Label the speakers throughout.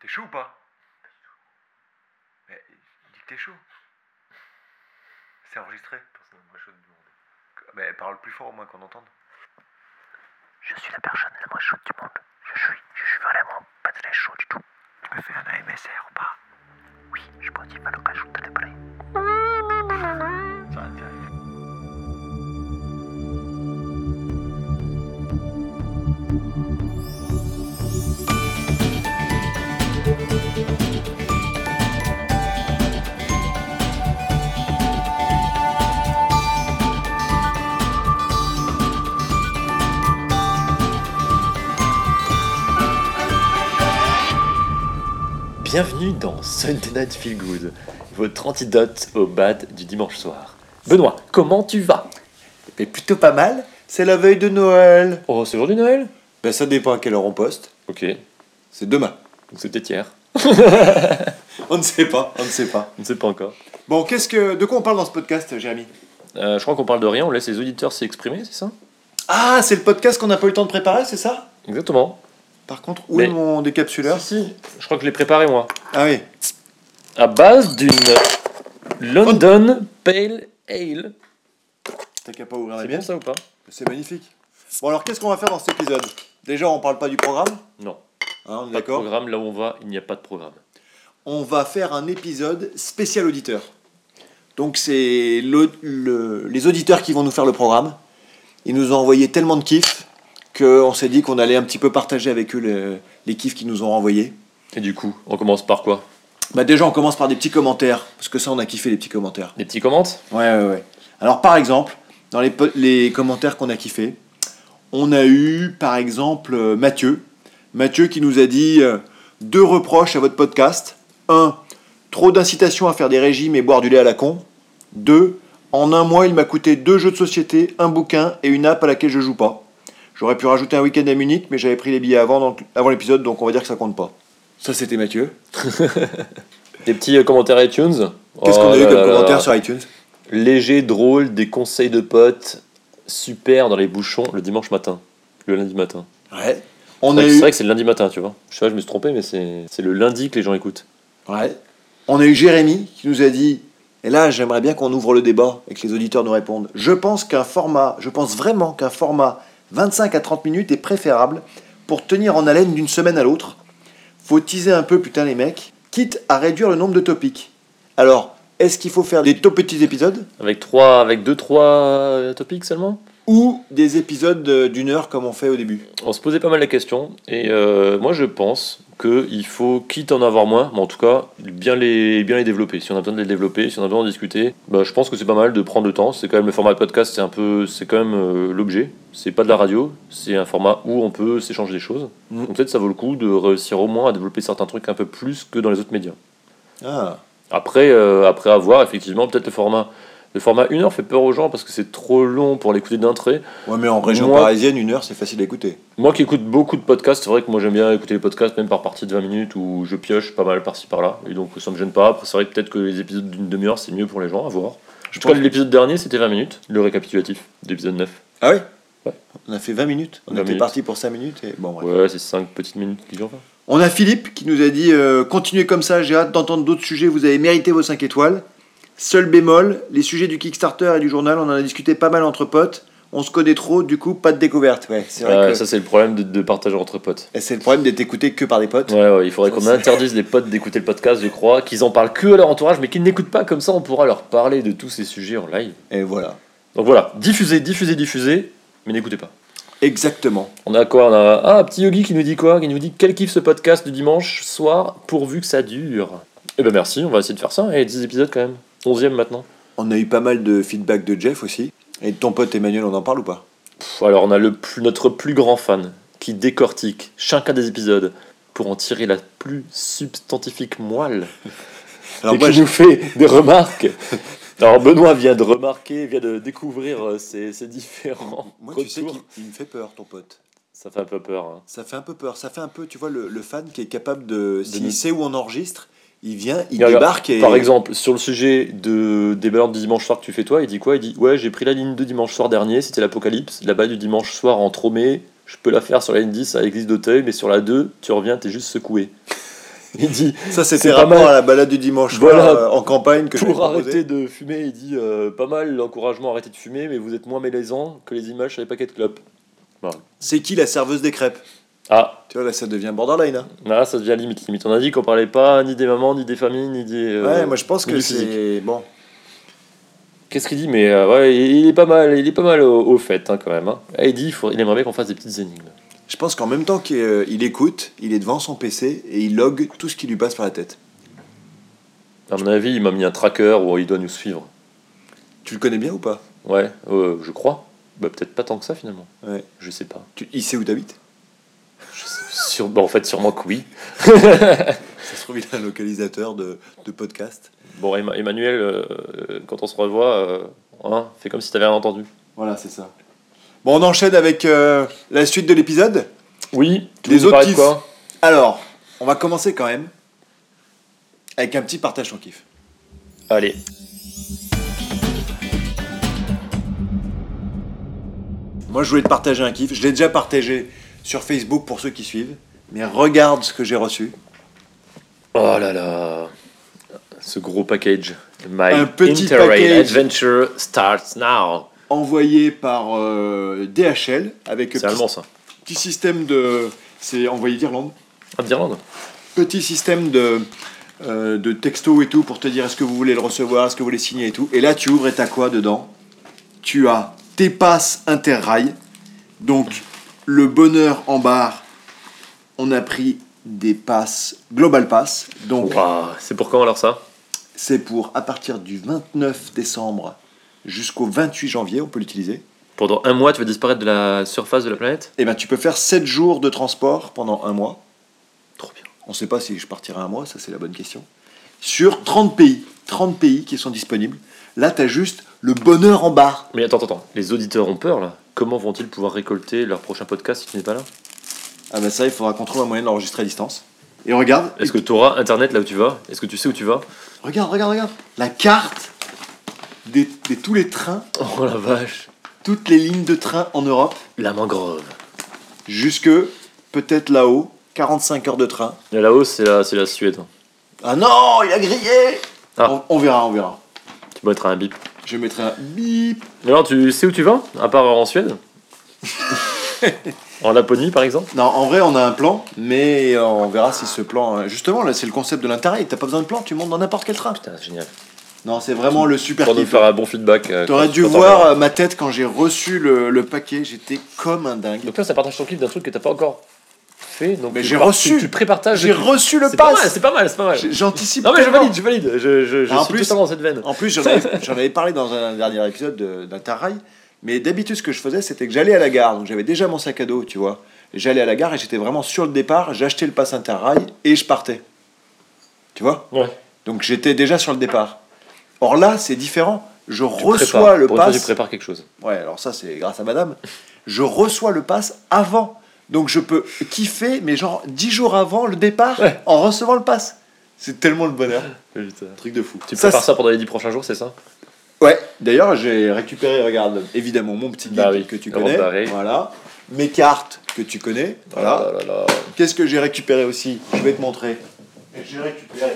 Speaker 1: T'es chaud ou pas Mais dis que t'es chaud. C'est enregistré.
Speaker 2: Personne moins chaud du monde.
Speaker 1: Mais parle plus fort au moins qu'on entende.
Speaker 3: Je suis la personne la moins chaude du monde. Je suis, je suis vraiment pas très chaud du tout.
Speaker 1: Tu me fais un AMSR ou pas
Speaker 3: Oui, je pense qu'il va l'occasion de te parler.
Speaker 1: Ça intéresse.
Speaker 4: Bienvenue dans Sunday Night Feel Good, votre antidote au bad du dimanche soir. Benoît, comment tu vas
Speaker 5: Mais plutôt pas mal, c'est la veille de Noël.
Speaker 4: Oh, c'est jour du Noël
Speaker 5: Ben ça dépend à quelle heure on poste.
Speaker 4: Ok, donc
Speaker 5: C'est demain.
Speaker 4: c'était hier.
Speaker 5: On ne sait pas, on ne sait pas.
Speaker 4: On ne sait pas encore.
Speaker 5: Bon, qu'est-ce que de quoi on parle dans ce podcast, Jérémy
Speaker 4: Euh, je crois qu'on parle de rien, on laisse les auditeurs s'exprimer, c'est ça
Speaker 5: Ah, c'est le podcast qu'on n'a pas eu le temps de préparer, c'est ça
Speaker 4: Exactement.
Speaker 5: Par contre, où est
Speaker 4: Mais-
Speaker 5: mon décapsuleur
Speaker 4: Merci. Je crois que je l'ai préparé, moi.
Speaker 5: Ah oui.
Speaker 4: À base d'une London Pale Ale.
Speaker 5: T'as qu'à pas ouvrir la
Speaker 4: C'est
Speaker 5: bière
Speaker 4: Ah, bien ça ou pas
Speaker 5: C'est magnifique. Bon alors, qu'est-ce qu'on va faire dans cet épisode Déjà, on parle pas du programme.
Speaker 4: Non.
Speaker 5: hein, on est
Speaker 4: Pas de
Speaker 5: d'accord.
Speaker 4: programme, là où on va, il n'y a pas de programme.
Speaker 5: on va faire un épisode spécial auditeur. Donc c'est le- le- les auditeurs qui vont nous faire le programme. Ils nous ont envoyé tellement de kiffs qu'on s'est dit qu'on allait un petit peu partager avec eux le- les kiffs qu'ils nous ont envoyés.
Speaker 4: Et du coup, on commence par quoi
Speaker 5: Bah déjà on commence par des petits commentaires, parce que ça on a kiffé les petits commentaires.
Speaker 4: Des petits commentaires
Speaker 5: Ouais ouais ouais. Alors par exemple, dans les, po- les commentaires qu'on a kiffés, on a eu par exemple euh, Mathieu. Mathieu qui nous a dit euh, deux reproches à votre podcast. Un, trop d'incitation à faire des régimes et boire du lait à la con. Deux, en un mois il m'a coûté deux jeux de société, un bouquin et une app à laquelle je joue pas. J'aurais pu rajouter un week-end à Munich, mais j'avais pris les billets avant, donc- avant l'épisode, donc on va dire que ça compte pas. Ça c'était Mathieu.
Speaker 4: Des petits euh, commentaires iTunes.
Speaker 5: Qu'est-ce qu'on
Speaker 4: Oh
Speaker 5: a eu
Speaker 4: là
Speaker 5: comme
Speaker 4: là là
Speaker 5: commentaire
Speaker 4: là.
Speaker 5: sur iTunes
Speaker 4: Léger, drôle, des conseils de potes, super dans les bouchons le dimanche matin, le lundi matin.
Speaker 5: Ouais. On a
Speaker 4: C'est vrai que-
Speaker 5: eu...
Speaker 4: c'est vrai que c'est le lundi matin, tu vois. Je sais pas, je me suis trompé, mais c'est c'est le lundi que les gens écoutent.
Speaker 5: Ouais. On a eu Jérémy qui nous a dit, et là j'aimerais bien qu'on ouvre le débat et que les auditeurs nous répondent. Je pense qu'un format, je pense vraiment qu'un format 25 à 30 minutes est préférable pour tenir en haleine d'une semaine à l'autre. Faut teaser un peu putain les mecs, quitte à réduire le nombre de topics. Alors, est-ce qu'il faut faire des tout petits épisodes
Speaker 4: Avec trois, avec deux, trois euh, topics seulement.
Speaker 5: ou des épisodes euh, d'une heure comme on fait au début
Speaker 4: On se posait pas mal la question, et euh, moi je pense que il faut, quitte à en avoir moins, mais en tout cas, bien les, bien les développer. Si on a besoin de les développer, si on a besoin d'en discuter, bah, je pense que c'est pas mal de prendre le temps. C'est quand même le format de podcast, c'est un peu, c'est quand même euh, l'objet. C'est pas de la radio, c'est un format où on peut s'échanger des choses.
Speaker 5: Mm.
Speaker 4: Donc peut-être ça vaut le coup de réussir au moins à développer certains trucs un peu plus que dans les autres médias.
Speaker 5: Ah,
Speaker 4: Après, euh, après avoir, effectivement, peut-être le format. Le format 1 heure fait peur aux gens parce que c'est trop long pour l'écouter d'un trait.
Speaker 5: ouais, mais en région
Speaker 4: Moi-
Speaker 5: parisienne, une heure c'est facile à écouter.
Speaker 4: Moi qui écoute beaucoup de podcasts, c'est vrai que moi j'aime bien écouter les podcasts même par partie de 20 minutes où je pioche pas mal par-ci par-là. Et donc ça me gêne pas. Après, c'est vrai que peut-être que les épisodes d'une demi-heure c'est mieux pour les gens à voir. Je crois que l'épisode dernier c'était 20 minutes, le récapitulatif d'épisode 9.
Speaker 5: Ah oui
Speaker 4: Ouais.
Speaker 5: On a fait 20 minutes. On
Speaker 4: 20
Speaker 5: était
Speaker 4: minutes.
Speaker 5: parti pour 5 minutes et bon, bref.
Speaker 4: Ouais, c'est 5 petites minutes qui durent. hein.
Speaker 5: On a Philippe qui nous a dit euh, continuez comme ça, j'ai hâte d'entendre d'autres sujets, vous avez mérité vos 5 étoiles. Seul bémol, les sujets du Kickstarter et du journal, on en a discuté pas mal entre potes. On se connaît trop, du coup, pas de découverte. Ouais, c'est vrai
Speaker 4: Ah,
Speaker 5: que
Speaker 4: Ça c'est le problème de, de partager entre potes.
Speaker 5: Et c'est le problème d'être écouté que par des potes.
Speaker 4: Ouais, ouais, il faudrait
Speaker 5: Ça,
Speaker 4: qu'on
Speaker 5: c'est-
Speaker 4: interdise les potes d'écouter le podcast, je crois, qu'ils en parlent que à leur entourage, mais qu'ils n'écoutent pas, comme ça on pourra leur parler de tous ces sujets en live.
Speaker 5: Et voilà.
Speaker 4: Donc voilà, diffusez, diffusez, diffusez, mais n'écoutez pas.
Speaker 5: Exactement.
Speaker 4: On a quoi On a ah, un petit Yogi qui nous dit quoi Qui nous dit quel kiff ce podcast du dimanche soir pourvu que ça dure. Eh ben merci, on va essayer de faire ça. Et 10 épisodes quand même. 11 maintenant.
Speaker 5: On a eu pas mal de feedback de Jeff aussi. Et de ton pote Emmanuel, on en parle ou pas
Speaker 4: Pff, alors on a le plus- notre plus grand fan qui décortique chacun des épisodes pour en tirer la plus substantifique moelle.
Speaker 5: Alors
Speaker 4: et
Speaker 5: moi,
Speaker 4: qui
Speaker 5: je-
Speaker 4: nous fait des remarques. Alors Benoît vient de remarquer, vient de découvrir euh, ces, ces différents
Speaker 5: moi, tu sais
Speaker 4: retours.
Speaker 5: qu'il il me fait peur, ton pote.
Speaker 4: Ça fait un peu peur. hein.
Speaker 5: Ça fait un peu peur. Ça fait un peu, tu vois, le, le fan qui est capable de. S'il
Speaker 4: nous-
Speaker 5: sait où on enregistre, il vient, il
Speaker 4: Regarde,
Speaker 5: débarque et.
Speaker 4: Par exemple, sur le sujet de, des balades du dimanche soir que tu fais toi, il dit quoi Il dit Ouais, j'ai pris la ligne 2 dimanche soir dernier, c'était l'apocalypse. Là-bas, du dimanche soir en Tromé, je peux la faire sur la ligne 10 à l'église d'Auteuil, mais sur la 2, tu reviens, t'es juste secoué. Il dit
Speaker 5: Ça,
Speaker 4: C'est
Speaker 5: c'était
Speaker 4: pas
Speaker 5: rapport
Speaker 4: mal.
Speaker 5: à la balade du dimanche
Speaker 4: Voilà.
Speaker 5: soir, euh, en campagne que j'avais
Speaker 4: pour
Speaker 5: proposée.
Speaker 4: arrêter de fumer, il dit euh, pas mal l'encouragement à arrêter de fumer, mais vous êtes moins mélaisant que les images sur les paquets de clopes.
Speaker 5: C'est qui la serveuse des crêpes
Speaker 4: Ah,
Speaker 5: Tu vois, là, ça devient borderline. hein.
Speaker 4: là, ça devient limite. Limite, on a dit qu'on parlait pas ni des mamans, ni des familles, ni des. euh,
Speaker 5: ouais, moi, je pense
Speaker 4: ni
Speaker 5: que
Speaker 4: du physique.
Speaker 5: c'est. Bon.
Speaker 4: Qu'est-ce qu'il dit Mais euh, ouais, il il est pas mal, il est pas mal au, au fait hein, quand même. hein. Ah, il dit il, faut- il aimerait bien qu'on fasse des petites énigmes.
Speaker 5: Je pense qu'en même temps qu'il euh, il écoute, il est devant son PC et il log tout ce qui lui passe par la tête.
Speaker 4: À mon avis, il m'a mis un tracker où il doit nous suivre.
Speaker 5: Tu le connais bien ou pas
Speaker 4: Ouais, euh, je crois. Bah, peut-être pas tant que ça finalement.
Speaker 5: Ouais.
Speaker 4: Je sais pas.
Speaker 5: Tu- Il sait où t'habites
Speaker 4: Je sais- Sûre- bah, en fait, sûrement que oui.
Speaker 5: Ça se trouve, il a un localisateur de, de podcast.
Speaker 4: Bon, Emma- Emmanuel, euh, euh, quand on se revoit, euh, hein, fais comme si t'avais rien entendu.
Speaker 5: Voilà, c'est ça. Bon, on enchaîne avec euh, la suite de l'épisode.
Speaker 4: Oui, tu
Speaker 5: Les
Speaker 4: voulais
Speaker 5: autres
Speaker 4: parler de
Speaker 5: kiffs.
Speaker 4: quoi
Speaker 5: Alors, on va commencer quand même avec un petit partage en kiff.
Speaker 4: Allez.
Speaker 5: Moi, je voulais te partager un kiff. Je l'ai déjà partagé sur Facebook pour ceux qui suivent. Mais regarde ce que j'ai reçu.
Speaker 4: Oh là là. Ce gros package. My
Speaker 5: Un petit
Speaker 4: Interrail
Speaker 5: package.
Speaker 4: Adventure starts now.
Speaker 5: Envoyé par euh, DHL avec
Speaker 4: C'est
Speaker 5: petit,
Speaker 4: allemand ça.
Speaker 5: petit système de. C'est envoyé d'Irlande.
Speaker 4: Ah, d'Irlande
Speaker 5: Petit système de, euh, de texto et tout pour te dire est-ce que vous voulez le recevoir, est-ce que vous voulez signer et tout. Et là, tu ouvres et t'as quoi dedans Tu as tes passes Interrail. Donc, le bonheur en barre. On a pris des passes Global Pass. Donc,
Speaker 4: Ouah, C'est pour quand alors ça
Speaker 5: C'est pour à partir du 29 décembre jusqu'au 28 janvier, on peut l'utiliser.
Speaker 4: Pendant un mois, tu veux disparaître de la surface de la planète
Speaker 5: Et ben tu peux faire 7 jours de transport pendant un mois.
Speaker 4: Trop bien.
Speaker 5: On ne sait pas si je partirai un mois, ça c'est la bonne question. Sur 30 pays, 30 pays qui sont disponibles. Là, tu as juste le bonheur en barre.
Speaker 4: Mais attends, attends, attends. Les auditeurs ont peur là. Comment vont-ils pouvoir récolter leur prochain podcast si tu n'es pas là
Speaker 5: Ah ben ça, il faudra qu'on trouve un moyen de l'enregistrer à distance. Et regarde,
Speaker 4: Est-ce que tu auras internet là où tu vas Est-ce que tu sais où tu vas
Speaker 5: regarde, regarde, regarde. La carte de tous les trains,
Speaker 4: Oh la vache
Speaker 5: toutes les lignes de train en Europe,
Speaker 4: La mangrove.
Speaker 5: jusque peut-être là-haut, 45 heures de train.
Speaker 4: Et Là-haut, c'est la, c'est la Suède.
Speaker 5: Ah non, il a grillé
Speaker 4: Ah.
Speaker 5: On, on verra, on verra.
Speaker 4: Tu peux être un bip.
Speaker 5: Je mettrai un bip.
Speaker 4: Mais alors, tu sais où tu vas À part en Suède En Laponie, par exemple
Speaker 5: Non, en vrai, on a un plan, mais euh, on verra si ce plan. euh, Justement, là, c'est le concept de l'intérêt. T'as pas besoin de plan, tu montes dans n'importe quel train.
Speaker 4: Putain, génial.
Speaker 5: Non, c'est vraiment le super
Speaker 4: Pour nous
Speaker 5: kiff.
Speaker 4: faire un bon feedback. euh,
Speaker 5: T'aurais
Speaker 4: quand-
Speaker 5: dû
Speaker 4: quand on
Speaker 5: voir
Speaker 4: verra.
Speaker 5: euh, ma tête quand j'ai reçu le, le paquet. J'étais comme un dingue.
Speaker 4: Donc là, ça partage ton clip d'un truc que t'as pas encore fait. Donc
Speaker 5: Mais
Speaker 4: tu
Speaker 5: j'ai
Speaker 4: par-
Speaker 5: reçu.
Speaker 4: Tu, tu prépartages.
Speaker 5: J'ai
Speaker 4: le clip.
Speaker 5: reçu le
Speaker 4: Ah, C'est pas mal,
Speaker 5: pass.
Speaker 4: c'est pas mal, c'est pas mal.
Speaker 5: J'ai- J'anticipe.
Speaker 4: Non, mais je
Speaker 5: tellement.
Speaker 4: valide, je valide. Je, je, je
Speaker 5: Ah, en
Speaker 4: suis
Speaker 5: plus-
Speaker 4: totalement dans cette veine.
Speaker 5: En plus, j'en avais, j'en avais parlé dans un dernier épisode de- d'un tarraille, mais d'habitude, ce que je faisais, c'était que j'allais à la gare, donc j'avais déjà mon sac à dos, tu vois. J'allais à la gare et j'étais vraiment sur le départ, j'achetais le pass interrail et je partais. Tu vois
Speaker 4: Ouais.
Speaker 5: Donc j'étais déjà sur le départ. Or là, c'est différent. Je
Speaker 4: Tu
Speaker 5: reçois
Speaker 4: prépares.
Speaker 5: le
Speaker 4: Pour une fois, tu
Speaker 5: pass.
Speaker 4: prépares quelque chose.
Speaker 5: Ouais, alors ça, c'est grâce à madame. Je reçois le pass avant. Donc je peux kiffer, mais genre 10 jours avant le départ,
Speaker 4: Ouais.
Speaker 5: en recevant le pass. C'est tellement le bonheur. Truc de fou.
Speaker 4: Tu
Speaker 5: Ça,
Speaker 4: prépares ça pendant les 10 prochains jours, c'est ça
Speaker 5: Ouais, d'ailleurs, j'ai récupéré, regarde, évidemment, mon petit guide
Speaker 4: Bah oui,
Speaker 5: que tu
Speaker 4: la bande
Speaker 5: connais.
Speaker 4: d'arrêt.
Speaker 5: Voilà. Mes cartes que tu connais. Voilà.
Speaker 4: Oh là là là.
Speaker 5: Qu'est-ce que j'ai récupéré aussi Je vais te montrer. J'ai récupéré.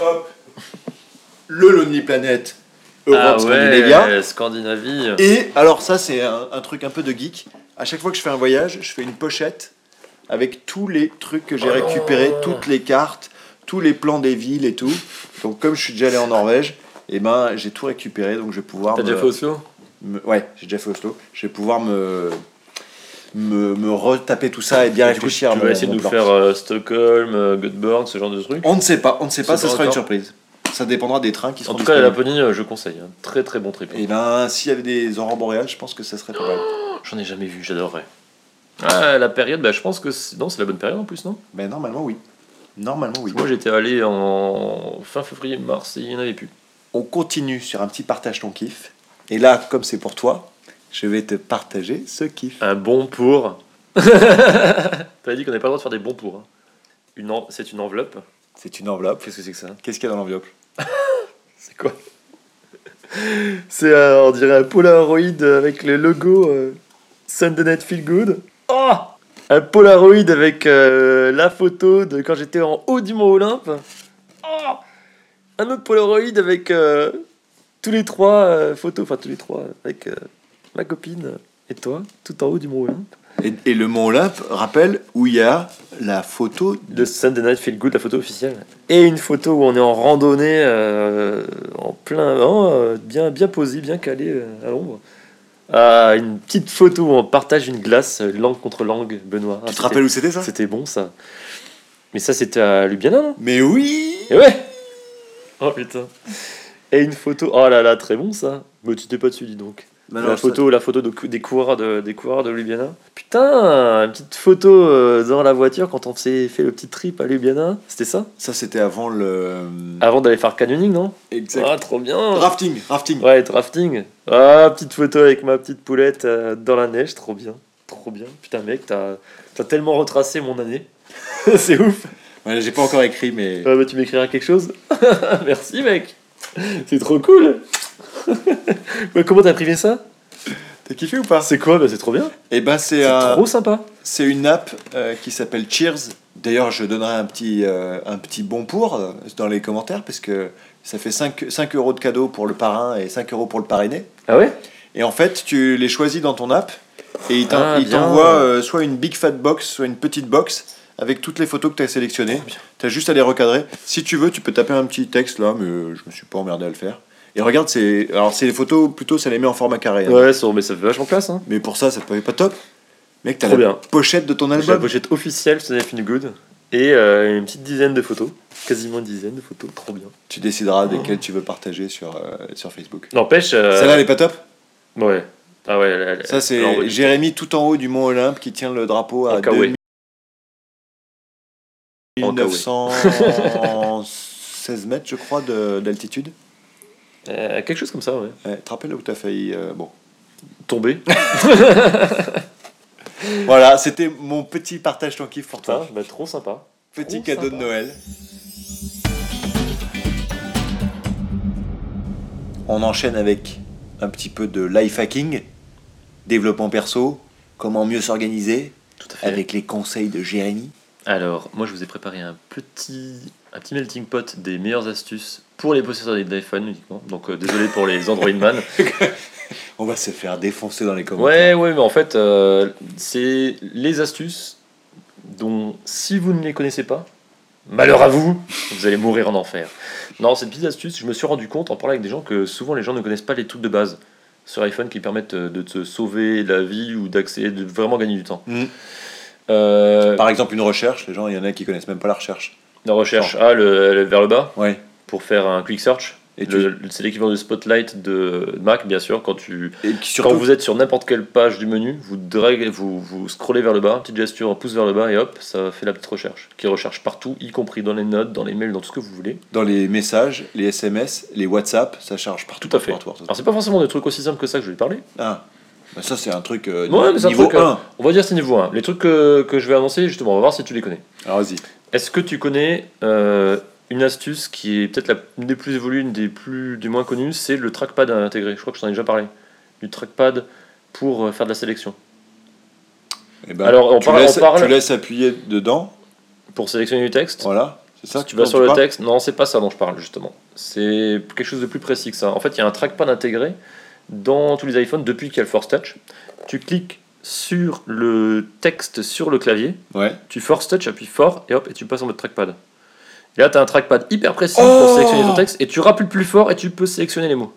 Speaker 5: Hop Le Lonely Planet Europe
Speaker 4: Ah
Speaker 5: Scandinavia.
Speaker 4: ouais, Scandinavie.
Speaker 5: Et alors, ça, c'est un, un truc un peu de geek. À chaque fois que je fais un voyage, je fais une pochette avec tous les trucs que j'ai
Speaker 4: Oh non.
Speaker 5: récupérés, toutes les cartes, tous les plans des villes et tout. Donc, comme je suis déjà allé en Norvège, et ben, j'ai tout récupéré, donc je vais pouvoir.
Speaker 4: T'as
Speaker 5: me-
Speaker 4: déjà fait Oslo
Speaker 5: me- ouais, j'ai déjà fait Oslo. Je vais pouvoir me, me, me retaper tout ça et bien
Speaker 4: Et du coup,
Speaker 5: réfléchir. à
Speaker 4: Tu
Speaker 5: mon-
Speaker 4: vas essayer de
Speaker 5: mon
Speaker 4: nous
Speaker 5: plan.
Speaker 4: faire euh, Stockholm, euh, Göteborg, ce genre de trucs.
Speaker 5: On ne sait pas, on ne sait pas,
Speaker 4: C'est
Speaker 5: ça
Speaker 4: pas
Speaker 5: sera une
Speaker 4: encore.
Speaker 5: surprise. Ça dépendra des trains qui seront
Speaker 4: En tout cas, la
Speaker 5: disponibles.
Speaker 4: Laponie, euh, je conseille. Un très très bon trip.
Speaker 5: Et ben, s'il y avait des aurores boréales, je pense que ça serait pas mal.
Speaker 4: Oh, J'en ai jamais vu, j'adorerais. Ah, la période, bah, je pense que. c'est- Non, c'est la bonne période en plus, non
Speaker 5: Mais Ben, normalement, oui. Normalement, oui.
Speaker 4: Moi, j'étais allé en fin février, mars, et il n'y en avait plus.
Speaker 5: On continue sur un petit partage ton kiff. Et là, comme c'est pour toi, je vais te partager ce kiff.
Speaker 4: Un bon pour. T'avais dit qu'on n'avait pas le droit de faire des bons pour. hein. Une en- C'est une enveloppe.
Speaker 5: C'est une enveloppe.
Speaker 4: Qu'est-ce que c'est que ça
Speaker 5: Qu'est-ce qu'il y a dans l'enveloppe
Speaker 4: C'est quoi C'est, euh, on dirait un Polaroid avec le logo euh, Sunday Night Feel Good. Oh Un Polaroid avec euh, la photo de quand j'étais en haut du Mont Olympe. Oh un autre Polaroid avec euh, tous les trois euh, photos, enfin tous les trois, avec euh, ma copine et toi, tout en haut du Mont Olympe.
Speaker 5: Et, et le Mont Olympe rappelle où il y a la photo.
Speaker 4: Le Sunday Night Feel Good, la photo officielle. Et une photo où on est en randonnée, euh, en plein vent, euh, bien, bien posé, bien calé euh, à l'ombre. Ah, une petite photo où on partage une glace, euh, langue contre langue, Benoît. Ah,
Speaker 5: Tu te
Speaker 4: c'était-
Speaker 5: rappelles où c'était ça
Speaker 4: C'était bon ça. Mais ça, c'était à Ljubljana, non
Speaker 5: Mais oui
Speaker 4: Et ouais Oh putain. Et une photo, oh là là, très bon ça. Mais tu t'es pas dessus, dis donc.
Speaker 5: Bah non,
Speaker 4: la
Speaker 5: ça-
Speaker 4: photo, la photo de cou- des coureurs de, des coureurs de Ljubljana. Putain, une petite photo euh, dans la voiture quand on s'est fait le petit trip à Ljubljana. C'était ça
Speaker 5: Ça, c'était avant le.
Speaker 4: Avant d'aller faire canyoning, non
Speaker 5: Exact.
Speaker 4: Ah, trop bien.
Speaker 5: Rafting, rafting.
Speaker 4: Ouais, drafting. Ah, petite photo avec ma petite poulette euh, dans la neige, trop bien. Trop bien. Putain, mec, t'as t'as tellement retracé mon année. C'est ouf.
Speaker 5: Ouais, J'ai pas encore écrit, mais.
Speaker 4: Ah bah, tu m'écriras quelque chose Merci, mec. C'est trop cool. Ouais, comment t'as privé ça
Speaker 5: T'as kiffé ou pas
Speaker 4: C'est quoi Bah, c'est trop bien.
Speaker 5: Eh ben, c'est
Speaker 4: C'est
Speaker 5: un-
Speaker 4: trop sympa.
Speaker 5: c'est une app euh, qui s'appelle Cheers. D'ailleurs, je donnerai un petit, euh, un petit bon pour euh, dans les commentaires, parce que ça fait 5, 5 euros de cadeau pour le parrain et 5 euros pour le parrainé.
Speaker 4: Ah ouais
Speaker 5: Et en fait, tu les choisis dans ton app et il t'en-
Speaker 4: Ah,
Speaker 5: il
Speaker 4: bien.
Speaker 5: t'envoie euh, soit une big fat box, soit une petite box avec toutes les photos que tu as sélectionnées. Tu as juste à les recadrer. Si tu veux, tu peux taper un petit texte là, mais euh, je me suis pas emmerdé à le faire. Et regarde, c'est alors c'est les photos plutôt ça les met en format carré. hein.
Speaker 4: Ouais, ça- mais ça fait vachement classe. Hein.
Speaker 5: Mais pour ça, ça peut pas top. Mec, t'as la
Speaker 4: Trop bien.
Speaker 5: pochette de ton
Speaker 4: J'ai la
Speaker 5: album.
Speaker 4: pochette officielle Sunday Feel Good et euh, une petite dizaine de photos. Quasiment une dizaine de photos. Trop bien.
Speaker 5: Tu décideras desquelles tu veux partager sur, euh, sur Facebook.
Speaker 4: N'empêche. Oh. euh,
Speaker 5: Celle-là, elle est pas top.
Speaker 4: Ouais. Ah ouais, elle- elle-
Speaker 5: Ça, c'est
Speaker 4: alors, oui.
Speaker 5: Jérémy tout en haut du Mont Olympe qui tient le drapeau à
Speaker 4: En Kawe. En Kawe.
Speaker 5: 1916 mètres, je crois, de- d'altitude.
Speaker 4: Euh, quelque chose comme ça, ouais.
Speaker 5: Ouais, tu te rappelles où t'as failli. euh, bon.
Speaker 4: Tombé.
Speaker 5: Voilà, c'était mon petit partage ton kiff pour
Speaker 4: Putain,
Speaker 5: toi.
Speaker 4: bah, trop sympa.
Speaker 5: Petit
Speaker 4: trop
Speaker 5: cadeau de
Speaker 4: sympa.
Speaker 5: Noël. On enchaîne avec un petit peu de life hacking, développement perso, comment mieux s'organiser,
Speaker 4: Tout à fait.
Speaker 5: avec les conseils de Jérémy.
Speaker 4: Alors, moi je vous ai préparé un petit, un petit melting pot des meilleures astuces pour les possesseurs d'iPhone uniquement. Donc euh, désolé pour les Android man.
Speaker 5: On va se faire défoncer dans les commentaires.
Speaker 4: Ouais, ouais, mais en fait, euh, c'est les astuces dont si vous ne les connaissez pas, malheur à vous, vous allez mourir en enfer. Non, cette petite astuce, je me suis rendu compte en parlant avec des gens que souvent les gens ne connaissent pas les trucs de base sur iPhone qui permettent euh, de te sauver la vie ou d'accéder, de vraiment gagner du temps.
Speaker 5: Mhm.
Speaker 4: Euh,
Speaker 5: Par exemple, une recherche, les gens, il y en a qui connaissent même pas la recherche.
Speaker 4: la recherche, ah, le- le- vers le bas
Speaker 5: Ouais.
Speaker 4: pour faire un quick search.
Speaker 5: Et
Speaker 4: Le- le- C'est l'équivalent de Spotlight de Mac, bien sûr. Quand, tu,
Speaker 5: Et qui
Speaker 4: quand
Speaker 5: surtout,
Speaker 4: vous êtes sur n'importe quelle page du menu, vous, draguez, vous, vous scrollez vers le bas, petite gesture, on pouce vers le bas et hop, ça fait la petite recherche. Qui recherche partout, y compris dans les notes, dans les mails, dans tout ce que vous voulez.
Speaker 5: dans les messages, les SMS, les WhatsApp, ça charge partout.
Speaker 4: Tout à fait.
Speaker 5: partout, partout.
Speaker 4: Alors, c'est pas forcément des trucs aussi simples que ça que je vais parler.
Speaker 5: Ah. Bah ça, c'est un truc euh,
Speaker 4: Ouais, mais c'est un
Speaker 5: niveau
Speaker 4: truc, euh,
Speaker 5: 1.
Speaker 4: On va dire c'est niveau 1. Les trucs que, que je vais annoncer, justement, on va voir si tu les connais.
Speaker 5: Alors, vas-y.
Speaker 4: Est-ce que tu connais euh, une astuce qui est peut-être la une des plus évoluées, une des plus des moins connues, c'est le trackpad intégré. Je crois que je t'en ai déjà parlé. Du trackpad pour euh, faire de la sélection.
Speaker 5: Eh ben,
Speaker 4: Alors, on
Speaker 5: tu,
Speaker 4: parle- on
Speaker 5: laisses,
Speaker 4: parle-
Speaker 5: tu laisses appuyer dedans.
Speaker 4: Pour sélectionner du texte,
Speaker 5: Voilà. C'est ça
Speaker 4: tu vas
Speaker 5: dont
Speaker 4: sur le
Speaker 5: parles
Speaker 4: texte. Non, c'est pas ça dont je parle justement. C'est quelque chose de plus précis que ça. En fait, il y a un trackpad intégré dans tous les iPhones depuis qu'il y a le Force Touch. Tu cliques sur le texte sur le clavier,
Speaker 5: Ouais.
Speaker 4: tu force touch, appuies fort et hop, et tu passes en mode trackpad. Et là, tu as un trackpad hyper précis
Speaker 5: Oh
Speaker 4: pour sélectionner ton texte et tu rappuies plus fort et tu peux sélectionner les mots.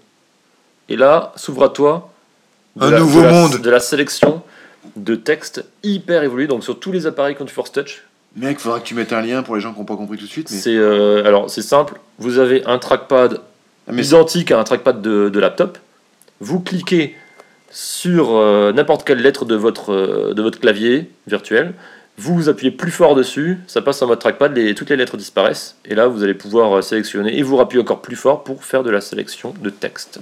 Speaker 4: Et là, s'ouvre à toi de
Speaker 5: Un
Speaker 4: la-
Speaker 5: nouveau
Speaker 4: de la-
Speaker 5: monde.
Speaker 4: de la sélection de textes hyper évolués. Donc sur tous les appareils qui ont du force touch,
Speaker 5: Mec, faudra que tu mettes un lien pour les gens qui n'ont pas compris tout de suite. Mais,
Speaker 4: c'est euh, alors c'est simple. Vous avez un trackpad
Speaker 5: Ah, mais
Speaker 4: identique à un trackpad de, de laptop. Vous cliquez sur euh, n'importe quelle lettre de votre, euh, de votre clavier virtuel. Vous appuyez plus fort dessus, ça passe en mode trackpad, les, toutes les lettres disparaissent. Et là, vous allez pouvoir euh, sélectionner et vous rappuyez encore plus fort pour faire de la sélection de texte.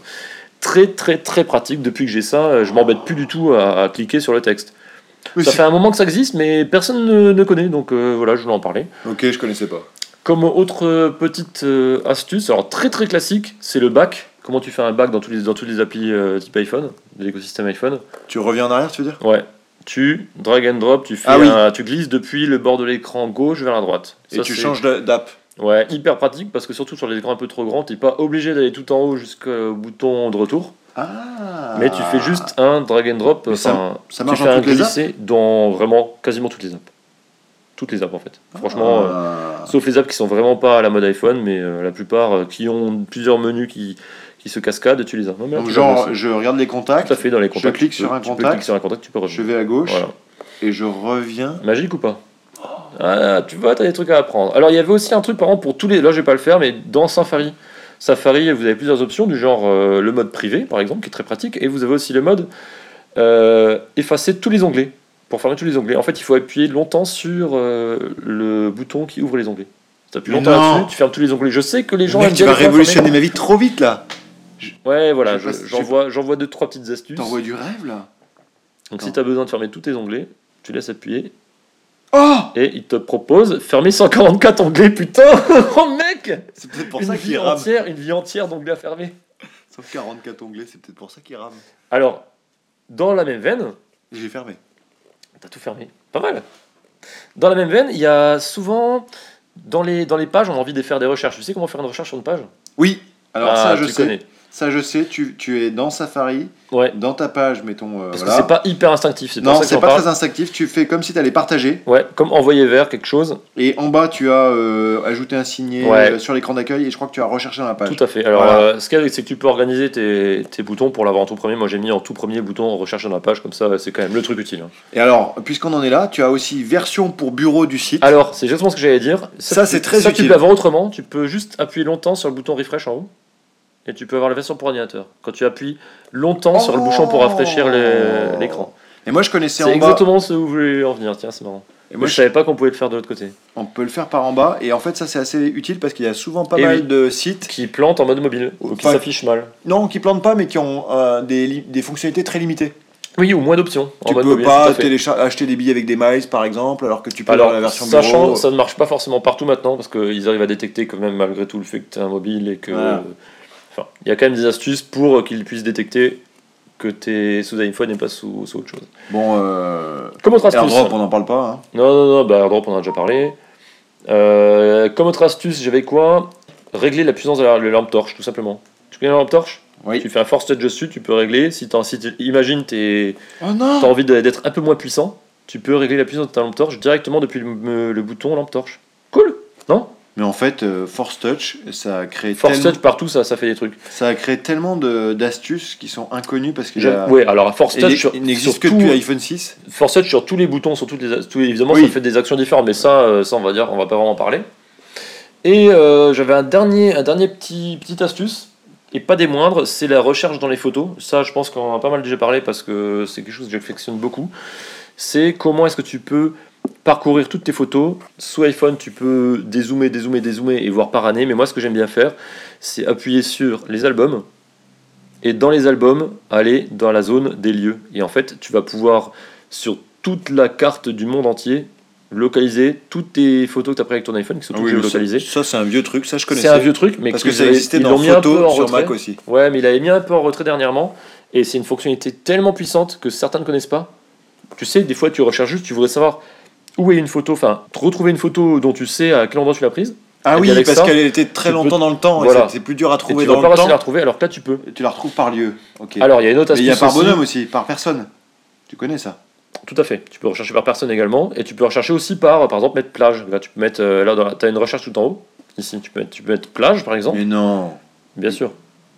Speaker 4: Très, très, très pratique. Depuis que j'ai ça, euh, je m'embête plus du tout à, à cliquer sur le texte.
Speaker 5: Oui,
Speaker 4: ça
Speaker 5: c'est-
Speaker 4: fait un moment que ça existe, mais personne ne, ne connaît. Donc euh, voilà, je voulais en parler.
Speaker 5: Ok, je connaissais pas.
Speaker 4: Comme autre euh, petite euh, astuce, alors très très classique, c'est le bac. Comment tu fais un bac dans tous les dans toutes les applis euh, type iPhone, de l'écosystème iPhone
Speaker 5: Tu reviens en arrière, tu veux dire
Speaker 4: Ouais. tu drag and drop, tu, fais
Speaker 5: Ah oui.
Speaker 4: un- tu glisses depuis le bord de l'écran gauche vers la droite.
Speaker 5: Et
Speaker 4: Ça,
Speaker 5: tu
Speaker 4: c'est-
Speaker 5: changes d'a- d'app.
Speaker 4: Ouais, hyper pratique parce que surtout sur les écrans un peu trop grands, t'es pas obligé d'aller tout en haut jusqu'au bouton de retour.
Speaker 5: Ah
Speaker 4: Mais tu fais juste un drag and drop.
Speaker 5: Mais ça-
Speaker 4: enfin,
Speaker 5: ça marche
Speaker 4: tu
Speaker 5: dans
Speaker 4: fais un
Speaker 5: toutes les
Speaker 4: glisser dans vraiment quasiment toutes les apps. Toutes les apps en fait. Franchement, euh,
Speaker 5: Ah.
Speaker 4: sauf les apps qui sont vraiment pas à la mode iPhone, mais euh, la plupart euh, qui ont plusieurs menus qui, qui se cascadent, tu les as. Non, mais là,
Speaker 5: Donc,
Speaker 4: tu les as
Speaker 5: genre,
Speaker 4: aussi.
Speaker 5: je regarde les contacts,
Speaker 4: tout à fait dans les contacts.
Speaker 5: clique
Speaker 4: tu
Speaker 5: sur
Speaker 4: peux-
Speaker 5: un
Speaker 4: tu peux
Speaker 5: contact.
Speaker 4: cliquer sur un contact, tu peux
Speaker 5: je
Speaker 4: revenir.
Speaker 5: vais à gauche
Speaker 4: Voilà.
Speaker 5: et je reviens.
Speaker 4: Magique ou pas ah, Tu vois, t'as des trucs à apprendre. Alors, il y avait aussi un truc, par exemple, pour tous les. Là, je vais pas le faire, mais dans Safari. Safari, vous avez plusieurs options, du genre euh, le mode privé, par exemple, qui est très pratique, et vous avez aussi le mode euh, effacer tous les onglets. Pour fermer tous les onglets. En fait, il faut appuyer longtemps sur euh, le bouton qui ouvre les onglets. T'appuies
Speaker 5: Mais
Speaker 4: longtemps
Speaker 5: non.
Speaker 4: là-dessus, tu fermes tous les onglets. Je sais que les gens
Speaker 5: Mec,
Speaker 4: aiment
Speaker 5: tu
Speaker 4: bien
Speaker 5: vas
Speaker 4: les fermer.
Speaker 5: révolutionner ma vie trop vite là.
Speaker 4: Ouais, voilà,
Speaker 5: Je sais
Speaker 4: je-
Speaker 5: pas si-
Speaker 4: j'envoie j'envoie deux, trois petites astuces.
Speaker 5: T'envoies du rêve là
Speaker 4: Donc, si t'as besoin de fermer tous tes onglets, tu laisses appuyer
Speaker 5: Oh
Speaker 4: Et il te propose fermer 144 onglets, putain Oh mec
Speaker 5: C'est peut-être pour
Speaker 4: une,
Speaker 5: ça
Speaker 4: vie
Speaker 5: qu'il rame.
Speaker 4: entière, une vie entière d'onglets à fermer.
Speaker 5: 144 onglets, c'est peut-être pour ça qu'il rame.
Speaker 4: Alors, dans la même veine,
Speaker 5: J'ai fermé.
Speaker 4: t'as tout fermé. Pas mal. Dans la même veine, il y a souvent, dans les, dans les pages, on a envie de faire des recherches. Tu sais comment faire une recherche sur une page
Speaker 5: Oui, alors
Speaker 4: Ah,
Speaker 5: ça je
Speaker 4: tu
Speaker 5: sais.
Speaker 4: connais.
Speaker 5: Ça je sais, tu, tu es dans Safari,
Speaker 4: Ouais,
Speaker 5: dans ta page, mettons. euh,
Speaker 4: parce
Speaker 5: voilà.
Speaker 4: que c'est pas hyper instinctif. C'est pour
Speaker 5: non,
Speaker 4: ça que
Speaker 5: c'est
Speaker 4: j'en
Speaker 5: pas
Speaker 4: parle.
Speaker 5: très instinctif, tu fais comme si t'allais partager.
Speaker 4: Ouais, comme envoyer vers quelque chose.
Speaker 5: Et en bas, tu as euh, ajouté un signé
Speaker 4: Ouais.
Speaker 5: euh, sur l'écran d'accueil et je crois que tu as recherché dans la page.
Speaker 4: Tout à fait. Alors,
Speaker 5: Voilà.
Speaker 4: euh, ce qu'il y a, c'est que tu peux organiser tes, tes boutons pour l'avoir en tout premier. Moi, j'ai mis en tout premier bouton recherche dans la page, comme ça, c'est quand même le truc utile. hein.
Speaker 5: Et alors, puisqu'on en est là, tu as aussi version pour bureau du site.
Speaker 4: Alors, c'est justement ce que j'allais dire.
Speaker 5: Ça,
Speaker 4: tu-
Speaker 5: c'est très
Speaker 4: ça, tu
Speaker 5: utile.
Speaker 4: peux avoir autrement. Tu peux juste appuyer longtemps sur le bouton refresh en haut. Et tu peux avoir la version pour ordinateur. Quand tu appuies longtemps sur le bouchon pour rafraîchir le-
Speaker 5: Oh.
Speaker 4: l'écran.
Speaker 5: Et moi, je connaissais
Speaker 4: C'est
Speaker 5: en bas.
Speaker 4: exactement ce où vous voulez en venir. Tiens, c'est marrant.
Speaker 5: Et
Speaker 4: Mais
Speaker 5: moi,
Speaker 4: je
Speaker 5: je-
Speaker 4: savais pas qu'on pouvait le faire de l'autre côté.
Speaker 5: on peut le faire par en bas. Et en fait, ça, c'est assez utile parce qu'il y a souvent pas
Speaker 4: Et
Speaker 5: mal
Speaker 4: oui.
Speaker 5: de sites,
Speaker 4: Qui plante en mode mobile. Ou qui
Speaker 5: Pas-
Speaker 4: s'affiche mal.
Speaker 5: non, qui plantent pas, mais qui ont euh, des, li- des fonctionnalités très limitées.
Speaker 4: Oui, ou moins d'options. en
Speaker 5: tu
Speaker 4: mode
Speaker 5: peux
Speaker 4: mobile, tout
Speaker 5: pas
Speaker 4: à fait.
Speaker 5: télécha- acheter des billets avec des miles, par exemple, alors que tu peux
Speaker 4: Alors,
Speaker 5: avoir la version
Speaker 4: sachant
Speaker 5: bureau.
Speaker 4: ça ne marche pas forcément partout maintenant, parce qu'ils arrivent à détecter quand même malgré tout le fait que tu es un mobile et que...
Speaker 5: Voilà.
Speaker 4: Enfin, il y a quand même des astuces pour euh, qu'ils puissent détecter que tu es sous iPhone et pas sous, sous autre chose.
Speaker 5: Bon, euh,
Speaker 4: Comme autre astuce...
Speaker 5: AirDrop, on n'en parle pas. hein.
Speaker 4: Non, non, non, bah, AirDrop, on en a déjà parlé. Euh, comme autre astuce, j'avais quoi Régler la puissance de la, la lampe torche, tout simplement. Tu connais la lampe torche
Speaker 5: Oui.
Speaker 4: Tu fais un force touch dessus, tu peux régler. Si, t'en- si tu imagines t'es
Speaker 5: Oh non
Speaker 4: t'as envie de- d'être un peu moins puissant, tu peux régler la puissance de ta lampe torche directement depuis le, le bouton lampe torche. Cool Non
Speaker 5: Mais en fait, euh, Force Touch, ça a créé,
Speaker 4: Force
Speaker 5: tellement-
Speaker 4: touch partout, ça, ça fait des trucs.
Speaker 5: Ça a créé tellement de- d'astuces qui sont inconnues parce qu'il y a-
Speaker 4: J'aime- Ouais, alors force
Speaker 5: il-
Speaker 4: touch, sur,
Speaker 5: il n'existe
Speaker 4: sur
Speaker 5: que
Speaker 4: tout-
Speaker 5: depuis iPhone 6.
Speaker 4: force touch sur tous les boutons, sur toutes les, a- tous- évidemment,
Speaker 5: Oui.
Speaker 4: ça fait des actions différentes, mais ça, euh, ça on va dire, on va pas vraiment en parler. Et euh, j'avais un dernier, un dernier petit, petite astuce, et pas des moindres, c'est la recherche dans les photos. Ça, je pense qu'on en a pas mal déjà parlé parce que c'est quelque chose que j'affectionne beaucoup. C'est comment est-ce que tu peux parcourir toutes tes photos. Sous iPhone, tu peux dézoomer, dézoomer, dézoomer et voir par année. Mais moi, ce que j'aime bien faire, c'est appuyer sur les albums. Et dans les albums, aller dans la zone des lieux. Et en fait, tu vas pouvoir, sur toute la carte du monde entier, localiser toutes tes photos que tu as prises avec ton iPhone, qui sont toutes
Speaker 5: mais
Speaker 4: localisées.
Speaker 5: Ça, ça, c'est un vieux Ah truc, ça je connaissais.
Speaker 4: C'est un vieux truc, mais
Speaker 5: Parce que
Speaker 4: qu'ils
Speaker 5: ça
Speaker 4: avaient-
Speaker 5: existait
Speaker 4: ils
Speaker 5: dans
Speaker 4: l'ont mis un peu en
Speaker 5: photo sur
Speaker 4: retrait.
Speaker 5: Mac aussi.
Speaker 4: Ouais, mais il avait mis un peu en retrait dernièrement, et c'est une fonctionnalité tellement puissante que certains ne connaissent pas. Tu sais, des fois, tu recherches juste, tu voudrais savoir où est une photo, enfin, retrouver une photo dont tu sais à quel endroit tu l'as prise,
Speaker 5: Ah
Speaker 4: Et
Speaker 5: oui,
Speaker 4: puis avec
Speaker 5: parce
Speaker 4: ça,
Speaker 5: qu'elle était très
Speaker 4: tu
Speaker 5: longtemps dans le temps. et
Speaker 4: Voilà.
Speaker 5: c'est- C'est plus dur à
Speaker 4: et
Speaker 5: trouver
Speaker 4: tu
Speaker 5: dans
Speaker 4: vas pas
Speaker 5: le
Speaker 4: réussir à la
Speaker 5: temps.
Speaker 4: retrouver, alors que là, tu peux.
Speaker 5: Tu la retrouves par lieu. Ok.
Speaker 4: Alors, il y a une autre
Speaker 5: Mais il
Speaker 4: astuce
Speaker 5: y a par
Speaker 4: aussi.
Speaker 5: bonhomme aussi, par personne. Tu connais ça
Speaker 4: Tout à fait. Tu peux rechercher par personne également, et tu peux rechercher aussi par, par exemple, mettre plage. Là, tu peux mettre, euh, là, dans la- t'as une recherche tout en haut. Ici, tu peux mettre, tu peux mettre plage, par exemple.
Speaker 5: Mais non.
Speaker 4: Bien sûr.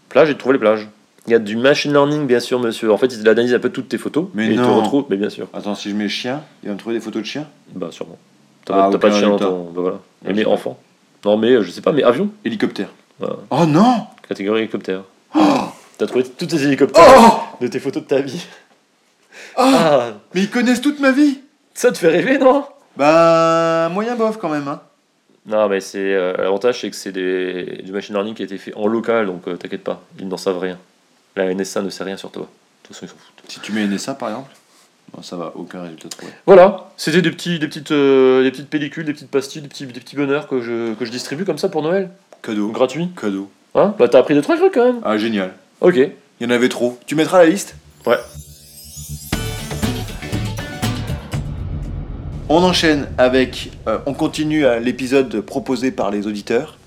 Speaker 4: Plage et de trouver les plages. Il y a du machine learning, bien sûr, monsieur. En fait, il analyse un peu toutes tes photos.
Speaker 5: Mais
Speaker 4: et il te
Speaker 5: non.
Speaker 4: retrouve, mais bien sûr.
Speaker 5: Attends, si je mets chien, il va me trouver des photos de chiens
Speaker 4: Bah, sûrement.
Speaker 5: Ah,
Speaker 4: T'as pas- t'as
Speaker 5: aucun
Speaker 4: pas de chien dans
Speaker 5: résultat.
Speaker 4: ton. bah, voilà.
Speaker 5: Ouais,
Speaker 4: Et mais
Speaker 5: c'est
Speaker 4: enfant. Non, mais euh, je sais pas, mais avion.
Speaker 5: Hélicoptère.
Speaker 4: Voilà.
Speaker 5: Oh non
Speaker 4: Catégorie hélicoptère.
Speaker 5: Oh
Speaker 4: T'as trouvé tous tes hélicoptères
Speaker 5: Oh,
Speaker 4: de tes photos de ta vie.
Speaker 5: Oh
Speaker 4: Ah
Speaker 5: Mais ils connaissent toute ma vie
Speaker 4: Ça te fait rêver, non
Speaker 5: Bah, moyen bof quand même. Hein.
Speaker 4: Non, mais c'est. euh, L'avantage, c'est que c'est des- du machine learning qui a été fait en local, donc euh, t'inquiète pas, ils n'en savent rien. La NSA ne sait rien sur toi. De toute façon, ils s'en foutent.
Speaker 5: Si tu mets NSA par exemple, non, ça va, aucun résultat trouvé.
Speaker 4: Voilà, c'était des, petits, des, petites, euh, des petites pellicules, des petites pastilles, des petits, des petits bonheurs que je, que je distribue comme ça pour Noël.
Speaker 5: Cadeau.
Speaker 4: Gratuit.
Speaker 5: Cadeau.
Speaker 4: Hein Bah, t'as appris des trois trucs quand même.
Speaker 5: Ah, génial.
Speaker 4: Ok.
Speaker 5: Il y en avait trop. Tu mettras la liste On enchaîne avec. euh, on continue à l'épisode proposé par les auditeurs.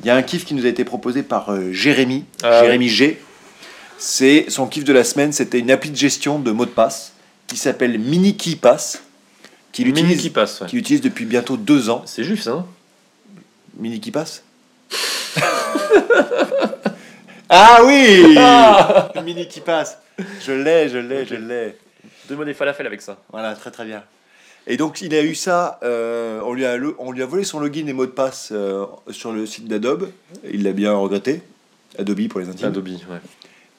Speaker 5: Il y a un kiff qui nous a été proposé par euh, Jérémy,
Speaker 4: Ah oui.
Speaker 5: Jérémy G. C'est son kiff de la semaine, c'était une appli de gestion de mots de passe qui s'appelle Mini Key Pass, qu'il
Speaker 4: Mini
Speaker 5: utilise,
Speaker 4: qui passe, ouais.
Speaker 5: qu'il utilise depuis bientôt deux ans.
Speaker 4: C'est hein. juif, ça, non
Speaker 5: Mini qui passe Ah oui Mini qui passe Je l'ai, je l'ai, je l'ai.
Speaker 4: Deux des falafels avec ça.
Speaker 5: Voilà, très très bien. Et donc il a eu ça, euh, on, lui a, le- on lui a volé son login et mot de passe euh, sur le site d'Adobe, il l'a bien regretté, Adobe pour les intimes.
Speaker 4: Adobe, ouais.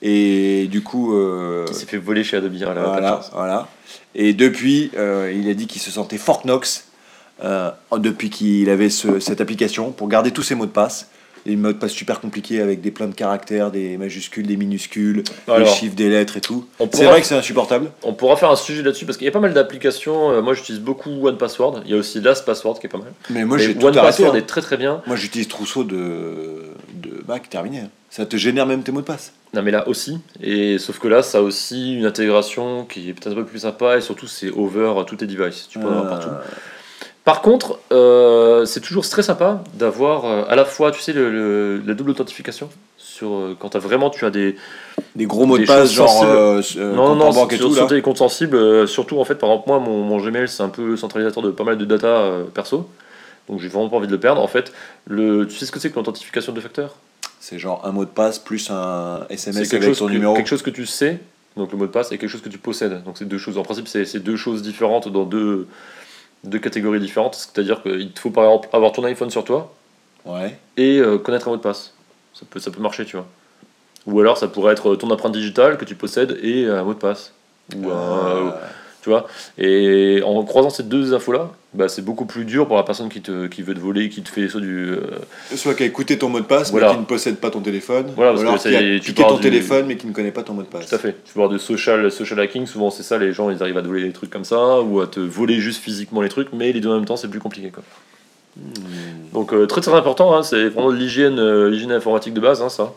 Speaker 5: Et du coup... euh,
Speaker 4: Il s'est fait voler chez Adobe. ah là, pas de
Speaker 5: voilà,
Speaker 4: chance.
Speaker 5: voilà. Et depuis, euh, il a dit qu'il se sentait Fort Knox euh, depuis qu'il avait ce- cette application pour garder tous ses mots de passe. Des mots de passe super compliqués avec des pleins de caractères, des majuscules, des minuscules, des
Speaker 4: Alors.
Speaker 5: chiffres, des lettres et tout.
Speaker 4: On
Speaker 5: C'est
Speaker 4: pourra-
Speaker 5: vrai que c'est insupportable.
Speaker 4: On pourra faire un sujet là-dessus parce qu'il y a pas mal d'applications. Euh, Moi, j'utilise beaucoup OnePassword. Il y a aussi LastPassword qui est pas mal.
Speaker 5: Mais moi,
Speaker 4: Mais
Speaker 5: j'ai tout arrêté.
Speaker 4: OnePassword
Speaker 5: hein.
Speaker 4: est très très bien.
Speaker 5: Moi, j'utilise Trousseau de, de Mac, terminé. Ça te génère même tes mots de passe.
Speaker 4: Non, mais là aussi. Et sauf que là, ça a aussi une intégration qui est peut-être un peu plus sympa et surtout, c'est over tous tes devices. Tu peux en avoir partout.
Speaker 5: Euh,
Speaker 4: Par contre, euh, c'est toujours très sympa d'avoir euh, à la fois, tu sais, le- le- la double authentification sur euh, quand as vraiment tu as des
Speaker 5: Des gros mots
Speaker 4: Des
Speaker 5: de passe,
Speaker 4: choses
Speaker 5: genre
Speaker 4: sensibles.
Speaker 5: euh, s- euh,
Speaker 4: non
Speaker 5: compte
Speaker 4: non
Speaker 5: en banque et
Speaker 4: sur,
Speaker 5: tout.
Speaker 4: sur
Speaker 5: là.
Speaker 4: tes comptes sensibles euh, surtout en fait par exemple moi mon, mon Gmail c'est un peu centralisateur de pas mal de data euh, perso donc j'ai vraiment pas envie de le perdre en fait le tu sais ce que c'est que l'authentification de facteur
Speaker 5: C'est genre un mot de passe plus un
Speaker 4: c'est
Speaker 5: SMS
Speaker 4: quelque
Speaker 5: avec
Speaker 4: chose
Speaker 5: ton
Speaker 4: que,
Speaker 5: numéro.
Speaker 4: quelque chose que tu sais donc le mot de passe et quelque chose que tu possèdes donc c'est deux choses en principe c'est c'est deux choses différentes dans deux deux catégories différentes c'est-à-dire qu'il te faut par exemple avoir ton iPhone sur toi
Speaker 5: Ouais.
Speaker 4: et euh, connaître un mot de passe. Ça peut, ça peut marcher, tu vois. Ou alors ça pourrait être ton empreinte digitale que tu possèdes et euh, un mot de passe. Ou un-
Speaker 5: Euh,
Speaker 4: tu vois. Et en croisant ces deux infos-là, bah, c'est beaucoup plus dur pour la personne qui, te, qui veut te voler, qui te fait ça du. euh,
Speaker 5: Soit qui a écouté ton mot de passe,
Speaker 4: Voilà.
Speaker 5: mais qui ne possède pas ton téléphone.
Speaker 4: Voilà, parce
Speaker 5: ou
Speaker 4: que
Speaker 5: alors
Speaker 4: c'est-
Speaker 5: qui a
Speaker 4: tu
Speaker 5: piqué
Speaker 4: pars
Speaker 5: ton
Speaker 4: du-
Speaker 5: téléphone, mais qui ne connaît pas ton mot de passe.
Speaker 4: tout à fait. Tu vois, de social, social hacking, souvent c'est ça, les gens ils arrivent à te voler des trucs comme ça, ou à te voler juste physiquement les trucs, mais les deux en même temps c'est plus compliqué, quoi.
Speaker 5: Hmm.
Speaker 4: Donc euh, très très important, hein, c'est vraiment de l'hygiène euh, l'hygiène informatique de base, hein, ça.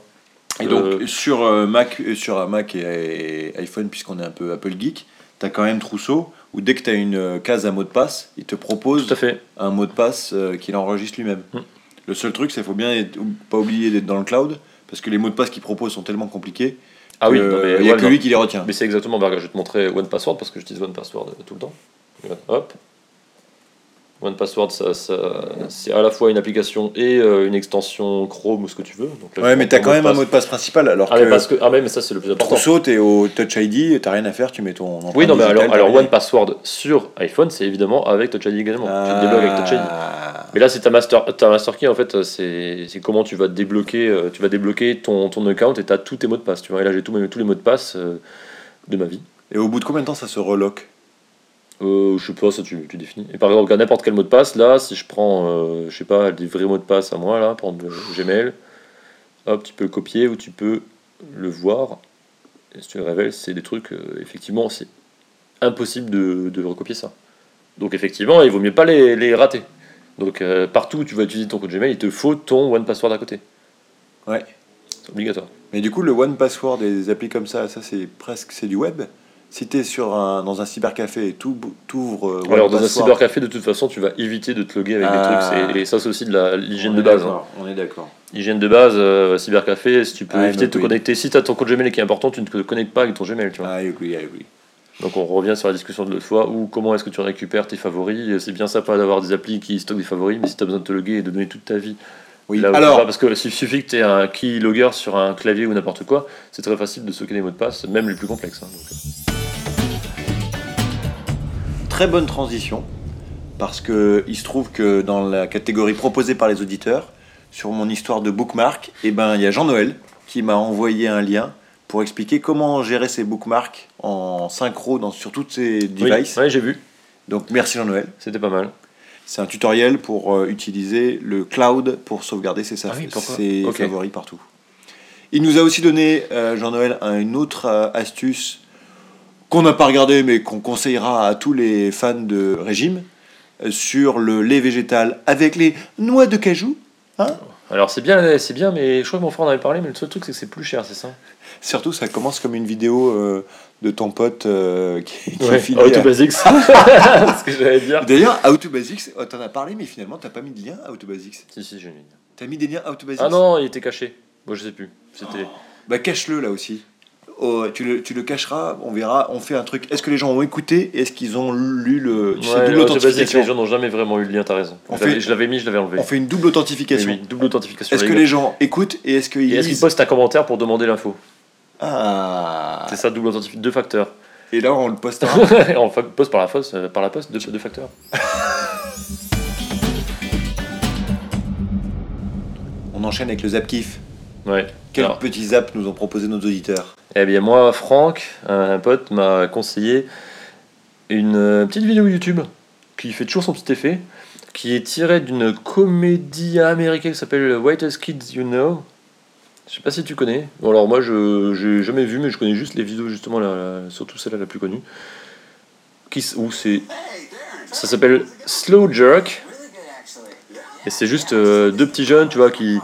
Speaker 5: Et donc,
Speaker 4: Euh,
Speaker 5: sur, euh, Mac, euh, sur un Mac et, et iPhone, puisqu'on est un peu Apple Geek, tu as quand même Trousseau, où dès que tu as une euh, case à mot de passe, il te propose
Speaker 4: tout à fait.
Speaker 5: un mot de passe euh, qu'il enregistre lui-même.
Speaker 4: Mm.
Speaker 5: Le seul truc, c'est qu'il faut bien être- pas oublier d'être dans le cloud, parce que les mots de passe qu'il propose sont tellement compliqués
Speaker 4: Ah oui,
Speaker 5: que,
Speaker 4: non, mais
Speaker 5: il n'y a
Speaker 4: ouais,
Speaker 5: que
Speaker 4: non.
Speaker 5: lui qui les retient.
Speaker 4: Mais c'est exactement, bah, je vais te montrer OnePassword parce que j'utilise OnePassword tout le temps. Regarde, Hop. OnePassword, ça, ça- c'est à la fois une application et euh, une extension Chrome ou ce que tu veux. Donc là,
Speaker 5: Ouais,
Speaker 4: je
Speaker 5: mais
Speaker 4: prends
Speaker 5: t'as quand
Speaker 4: ton
Speaker 5: même un mot
Speaker 4: passe.
Speaker 5: de passe principal, alors
Speaker 4: Ah
Speaker 5: que
Speaker 4: mais, parce que, ah, mais ça c'est le plus important.
Speaker 5: Trousseau, t'es au Touch ID, t'as rien à faire, tu mets ton empreinte
Speaker 4: Oui, non, mais
Speaker 5: digitale,
Speaker 4: alors, alors
Speaker 5: terminé.
Speaker 4: OnePassword sur iPhone, c'est évidemment avec Touch ID également. Tu te débloques avec Touch ID.
Speaker 5: Ah.
Speaker 4: Mais là, c'est ta master, ta master key en fait. C'est c'est comment tu vas débloquer, euh, tu vas débloquer ton, ton account et t'as tous tes mots de passe. Tu vois, et là, j'ai tous mes- tous les mots de passe euh, de ma vie.
Speaker 5: Et au bout de combien de temps ça se reloque
Speaker 4: Euh, je sais pas, ça tu, tu définis. Et par exemple, regarde n'importe quel mot de passe, là, si je prends, euh, je sais pas, des vrais mots de passe à moi, là, prendre le Gmail, hop, tu peux le copier ou tu peux le voir. Et si tu le révèles, c'est des trucs, euh, effectivement, c'est impossible de, de recopier ça. Donc, effectivement, il vaut mieux pas les, les rater. Donc, euh, partout où tu vas utiliser ton compte Gmail, il te faut ton One Password à côté.
Speaker 5: Ouais.
Speaker 4: C'est obligatoire.
Speaker 5: Mais du coup, le One Password et des applis comme ça, ça c'est presque c'est du web. Si t'es sur un, dans un cybercafé et tout t'ouvres euh, One
Speaker 4: Alors, dans un
Speaker 5: Password-
Speaker 4: cybercafé, de toute façon, tu vas éviter de te loguer avec
Speaker 5: Ah.
Speaker 4: des trucs. c'est- Et ça, c'est aussi de la- l'hygiène
Speaker 5: On
Speaker 4: de
Speaker 5: est
Speaker 4: base. hein.
Speaker 5: d'accord, On est d'accord.
Speaker 4: Hygiène de base, euh, cybercafé, si tu peux
Speaker 5: Ah,
Speaker 4: éviter de
Speaker 5: donc
Speaker 4: te
Speaker 5: oui. Ah.
Speaker 4: connecter, si tu as ton compte Gmail qui est important, tu ne te connectes pas avec ton Gmail. Tu vois.
Speaker 5: I agree, I agree.
Speaker 4: Donc on revient sur la discussion de l'autre fois, où comment est-ce que tu récupères tes favoris. C'est bien sympa d'avoir des applis qui stockent des favoris, mais si tu as besoin de te loguer et de donner toute ta vie,
Speaker 5: Oui,
Speaker 4: là où tu vas,
Speaker 5: alors,
Speaker 4: parce que s'il suffit que tu aies un keylogger sur un clavier ou n'importe quoi, c'est très facile de stocker les mots de passe, même les plus complexes. hein. Donc, euh,
Speaker 5: très bonne transition, parce que il se trouve que dans la catégorie proposée par les auditeurs, sur mon histoire de bookmark, eh ben, il y a Jean-Noël qui m'a envoyé un lien pour expliquer comment gérer ses bookmarks en synchro dans, sur toutes ces
Speaker 4: oui,
Speaker 5: devices.
Speaker 4: ouais, j'ai vu,
Speaker 5: Donc merci Jean-Noël.
Speaker 4: c'était pas mal.
Speaker 5: C'est un tutoriel pour euh, utiliser le cloud pour sauvegarder ses, saf-
Speaker 4: Ah oui, pourquoi
Speaker 5: ses
Speaker 4: Ok.
Speaker 5: favoris partout. Il nous a aussi donné, euh, Jean-Noël, un- une autre euh, astuce qu'on n'a pas regardée mais qu'on conseillera à tous les fans de régime euh, sur le lait végétal avec les noix de cajou. hein
Speaker 4: Alors c'est bien, c'est bien, mais je crois que mon frère en avait parlé, mais le seul truc c'est que c'est plus cher, c'est ça
Speaker 5: Surtout, ça commence comme une vidéo euh, de ton pote euh, qui, qui est
Speaker 4: Ouais.
Speaker 5: filé
Speaker 4: How to
Speaker 5: à-
Speaker 4: basics, c'est ce que j'allais dire.
Speaker 5: D'ailleurs, Auto Basics, oh, t'en as parlé, mais finalement, t'as pas mis de lien Auto Basics.
Speaker 4: Si si, j'ai une ligne.
Speaker 5: T'as mis des liens Auto Basics
Speaker 4: Ah non, il était caché. Moi je sais plus. C'était.
Speaker 5: Bah, cache-le là aussi. Oh, tu, le, tu le cacheras, on verra, on fait un truc. Est-ce que les gens ont écouté Est-ce qu'ils ont lu le. tu sais,
Speaker 4: Ouais,
Speaker 5: Oh, double
Speaker 4: How to basics,
Speaker 5: authentification.
Speaker 4: les gens n'ont jamais vraiment eu le lien. T'as raison.
Speaker 5: On
Speaker 4: Je l'avais-
Speaker 5: fait-
Speaker 4: Je l'avais mis, je l'avais enlevé.
Speaker 5: On fait une double
Speaker 4: Mais
Speaker 5: authentification.
Speaker 4: oui, double authentification.
Speaker 5: Est-ce que
Speaker 4: gars.
Speaker 5: les gens écoutent et est-ce qu'ils
Speaker 4: Et est-ce qu'ils
Speaker 5: lisent
Speaker 4: postent un commentaire pour demander l'info
Speaker 5: Ah
Speaker 4: C'est ça, double authentification, deux facteurs.
Speaker 5: Et là, on le postera.
Speaker 4: on fa- poste par la poste, euh, par la poste, deux, deux facteurs.
Speaker 5: on enchaîne avec le zap kiff.
Speaker 4: Ouais.
Speaker 5: Quel
Speaker 4: Alors,
Speaker 5: petit zap nous ont proposé nos auditeurs
Speaker 4: Eh bien moi, Franck, un, un pote, m'a conseillé une euh, petite vidéo YouTube qui fait toujours son petit effet, qui est tirée d'une comédie américaine qui s'appelle White As Kids You Know. Je sais pas si tu connais. Bon alors moi, je j'ai jamais vu, mais je connais juste les vidéos justement, la- la- surtout celle-là la plus connue. Qui, s- où c'est ça s'appelle Slow Jerk et c'est juste euh, deux petits jeunes, tu vois, qui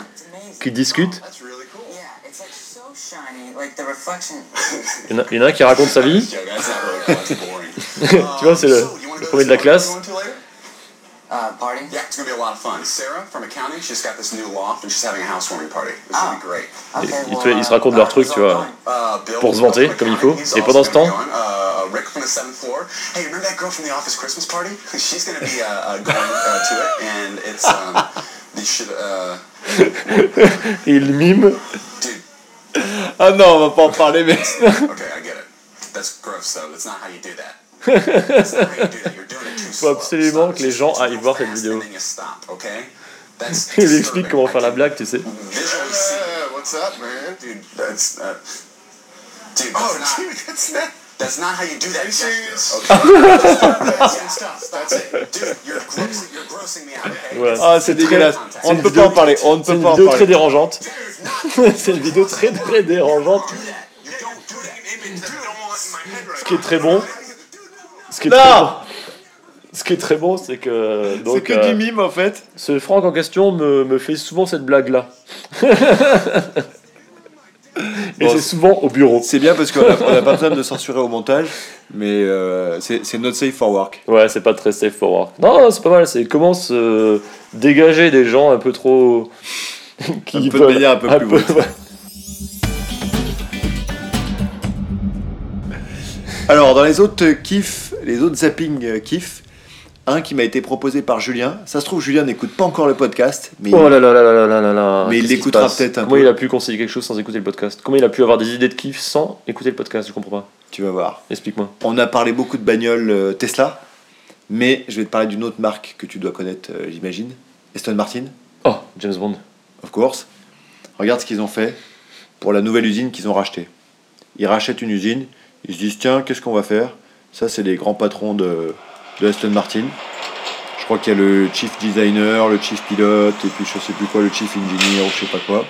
Speaker 4: qui discutent. Il y en a- il y en a un qui raconte sa vie.
Speaker 2: tu vois, c'est le, le premier de la classe. Yeah, it's gonna be a lot of fun. Sarah from accounting, she's got this new loft and she's having a housewarming party. This should be great.
Speaker 4: Et ils, te- ils se racontent leur truc, tu vois.
Speaker 2: Uh, Bill
Speaker 4: Pour se vanter, comme il faut.
Speaker 2: he's
Speaker 4: Et pendant ce
Speaker 2: also gonna
Speaker 4: temps-
Speaker 2: be on, uh, Rick from the seventh floor. Hey, remember that girl from the office Christmas party? She's gonna be uh, uh, going uh, to it, and it's um, you should uh,
Speaker 4: Et ils miment.
Speaker 2: dude.
Speaker 5: Ah non, on va pas en parler, mais.
Speaker 2: Okay, I get it. That's gross, though. That's not how you do that. That's not how you do that. You're doing it too
Speaker 4: Faut
Speaker 2: slow.
Speaker 4: absolument
Speaker 2: Stop.
Speaker 4: que les gens aillent voir cette
Speaker 2: Fast
Speaker 4: vidéo.
Speaker 2: and then you stop, okay? That's
Speaker 4: Il explique
Speaker 2: disturbing.
Speaker 4: comment faire la
Speaker 2: I can
Speaker 4: blague, tu sais.
Speaker 2: visually see-
Speaker 6: what's up, man?
Speaker 2: Dude, that's uh, dude. That's
Speaker 6: Oh,
Speaker 2: not,
Speaker 6: dude, that's not.
Speaker 2: That's not how you do that.
Speaker 6: Are you
Speaker 2: gesture,
Speaker 6: serious?
Speaker 2: Okay. yeah, stop. That's it, dude. You're grossing, you're grossing me out. Okay.
Speaker 4: Voilà.
Speaker 5: Ah, c'est
Speaker 4: très-
Speaker 5: dégueulasse.
Speaker 2: C'est
Speaker 5: On
Speaker 2: une
Speaker 5: ne peut
Speaker 4: vidéo-
Speaker 5: pas en parler. On ne
Speaker 4: C'est
Speaker 5: peut
Speaker 4: une
Speaker 5: pas en
Speaker 4: vidéo très
Speaker 5: parler.
Speaker 4: dérangeante.
Speaker 2: There's not
Speaker 4: c'est une vidéo très très dérangeante.
Speaker 2: do that. You don't do that.
Speaker 4: Ce qui est très bon. Ce qui est, très bon,
Speaker 5: Non
Speaker 4: ce qui est très bon, c'est que
Speaker 5: C'est
Speaker 4: donc
Speaker 5: que
Speaker 4: euh,
Speaker 5: du mime en fait.
Speaker 4: ce Franck en question me, me fait souvent cette blague là. Et
Speaker 5: Bon,
Speaker 4: c'est souvent au bureau.
Speaker 5: C'est bien parce qu'on n'a pas besoin de censurer au montage, mais euh, c'est c'est not safe for work.
Speaker 4: Ouais, c'est pas très safe for work. Non, non, c'est pas mal. C'est comment se dégager des gens un peu trop qui
Speaker 5: Un peu de
Speaker 4: veulent-
Speaker 5: manière un peu plus brute.
Speaker 4: ouais.
Speaker 5: Alors, dans les autres kiffs, les autres zapping euh, kiffs, un qui m'a été proposé par Julien. Ça se trouve, Julien n'écoute pas encore le podcast, mais
Speaker 4: Oh là là là là là là là.
Speaker 5: Mais il
Speaker 4: Qu'est-ce qui
Speaker 5: l'écoutera
Speaker 4: se passe
Speaker 5: peut-être un
Speaker 4: Comment
Speaker 5: peu.
Speaker 4: il a pu conseiller quelque chose sans écouter le podcast Comment il a pu avoir des idées de kiff sans écouter le podcast Je comprends pas.
Speaker 5: tu vas voir.
Speaker 4: Explique-moi.
Speaker 5: On a parlé beaucoup de bagnoles euh, Tesla, mais je vais te parler d'une autre marque que tu dois connaître, euh, j'imagine. Aston Martin,
Speaker 4: Oh, James Bond.
Speaker 5: of course. Regarde ce qu'ils ont fait pour la nouvelle usine qu'ils ont rachetée. Ils rachètent une usine, ils se disent tiens, qu'est-ce qu'on va faire Ça, c'est les grands patrons de, de Aston Martin. Je crois qu'il y a le chief designer, le chief pilote, et puis je sais plus quoi, le chief engineer ou je sais pas quoi.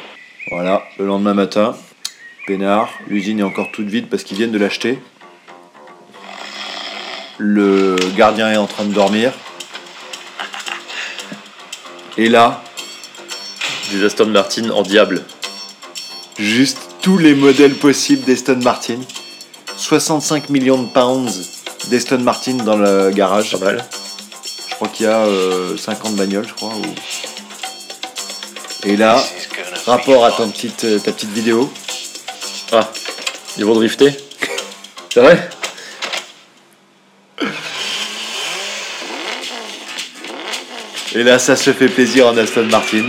Speaker 5: Voilà, le lendemain matin, peinard, l'usine est encore toute vide parce qu'ils viennent de l'acheter. Le gardien est en train de dormir. Et là,
Speaker 4: Des Aston Martin en diable.
Speaker 5: juste tous les modèles possibles d'Eston Martin. 65 millions de pounds d'Eston Martin dans le garage.
Speaker 4: Pas mal.
Speaker 5: Je crois qu'il y a euh, 50 bagnoles, je crois. ou- Et là, rapport à ton petite, euh, ta petite vidéo,
Speaker 4: Ah, ils vont drifter C'est vrai
Speaker 5: Et là, ça se fait plaisir en Aston Martin.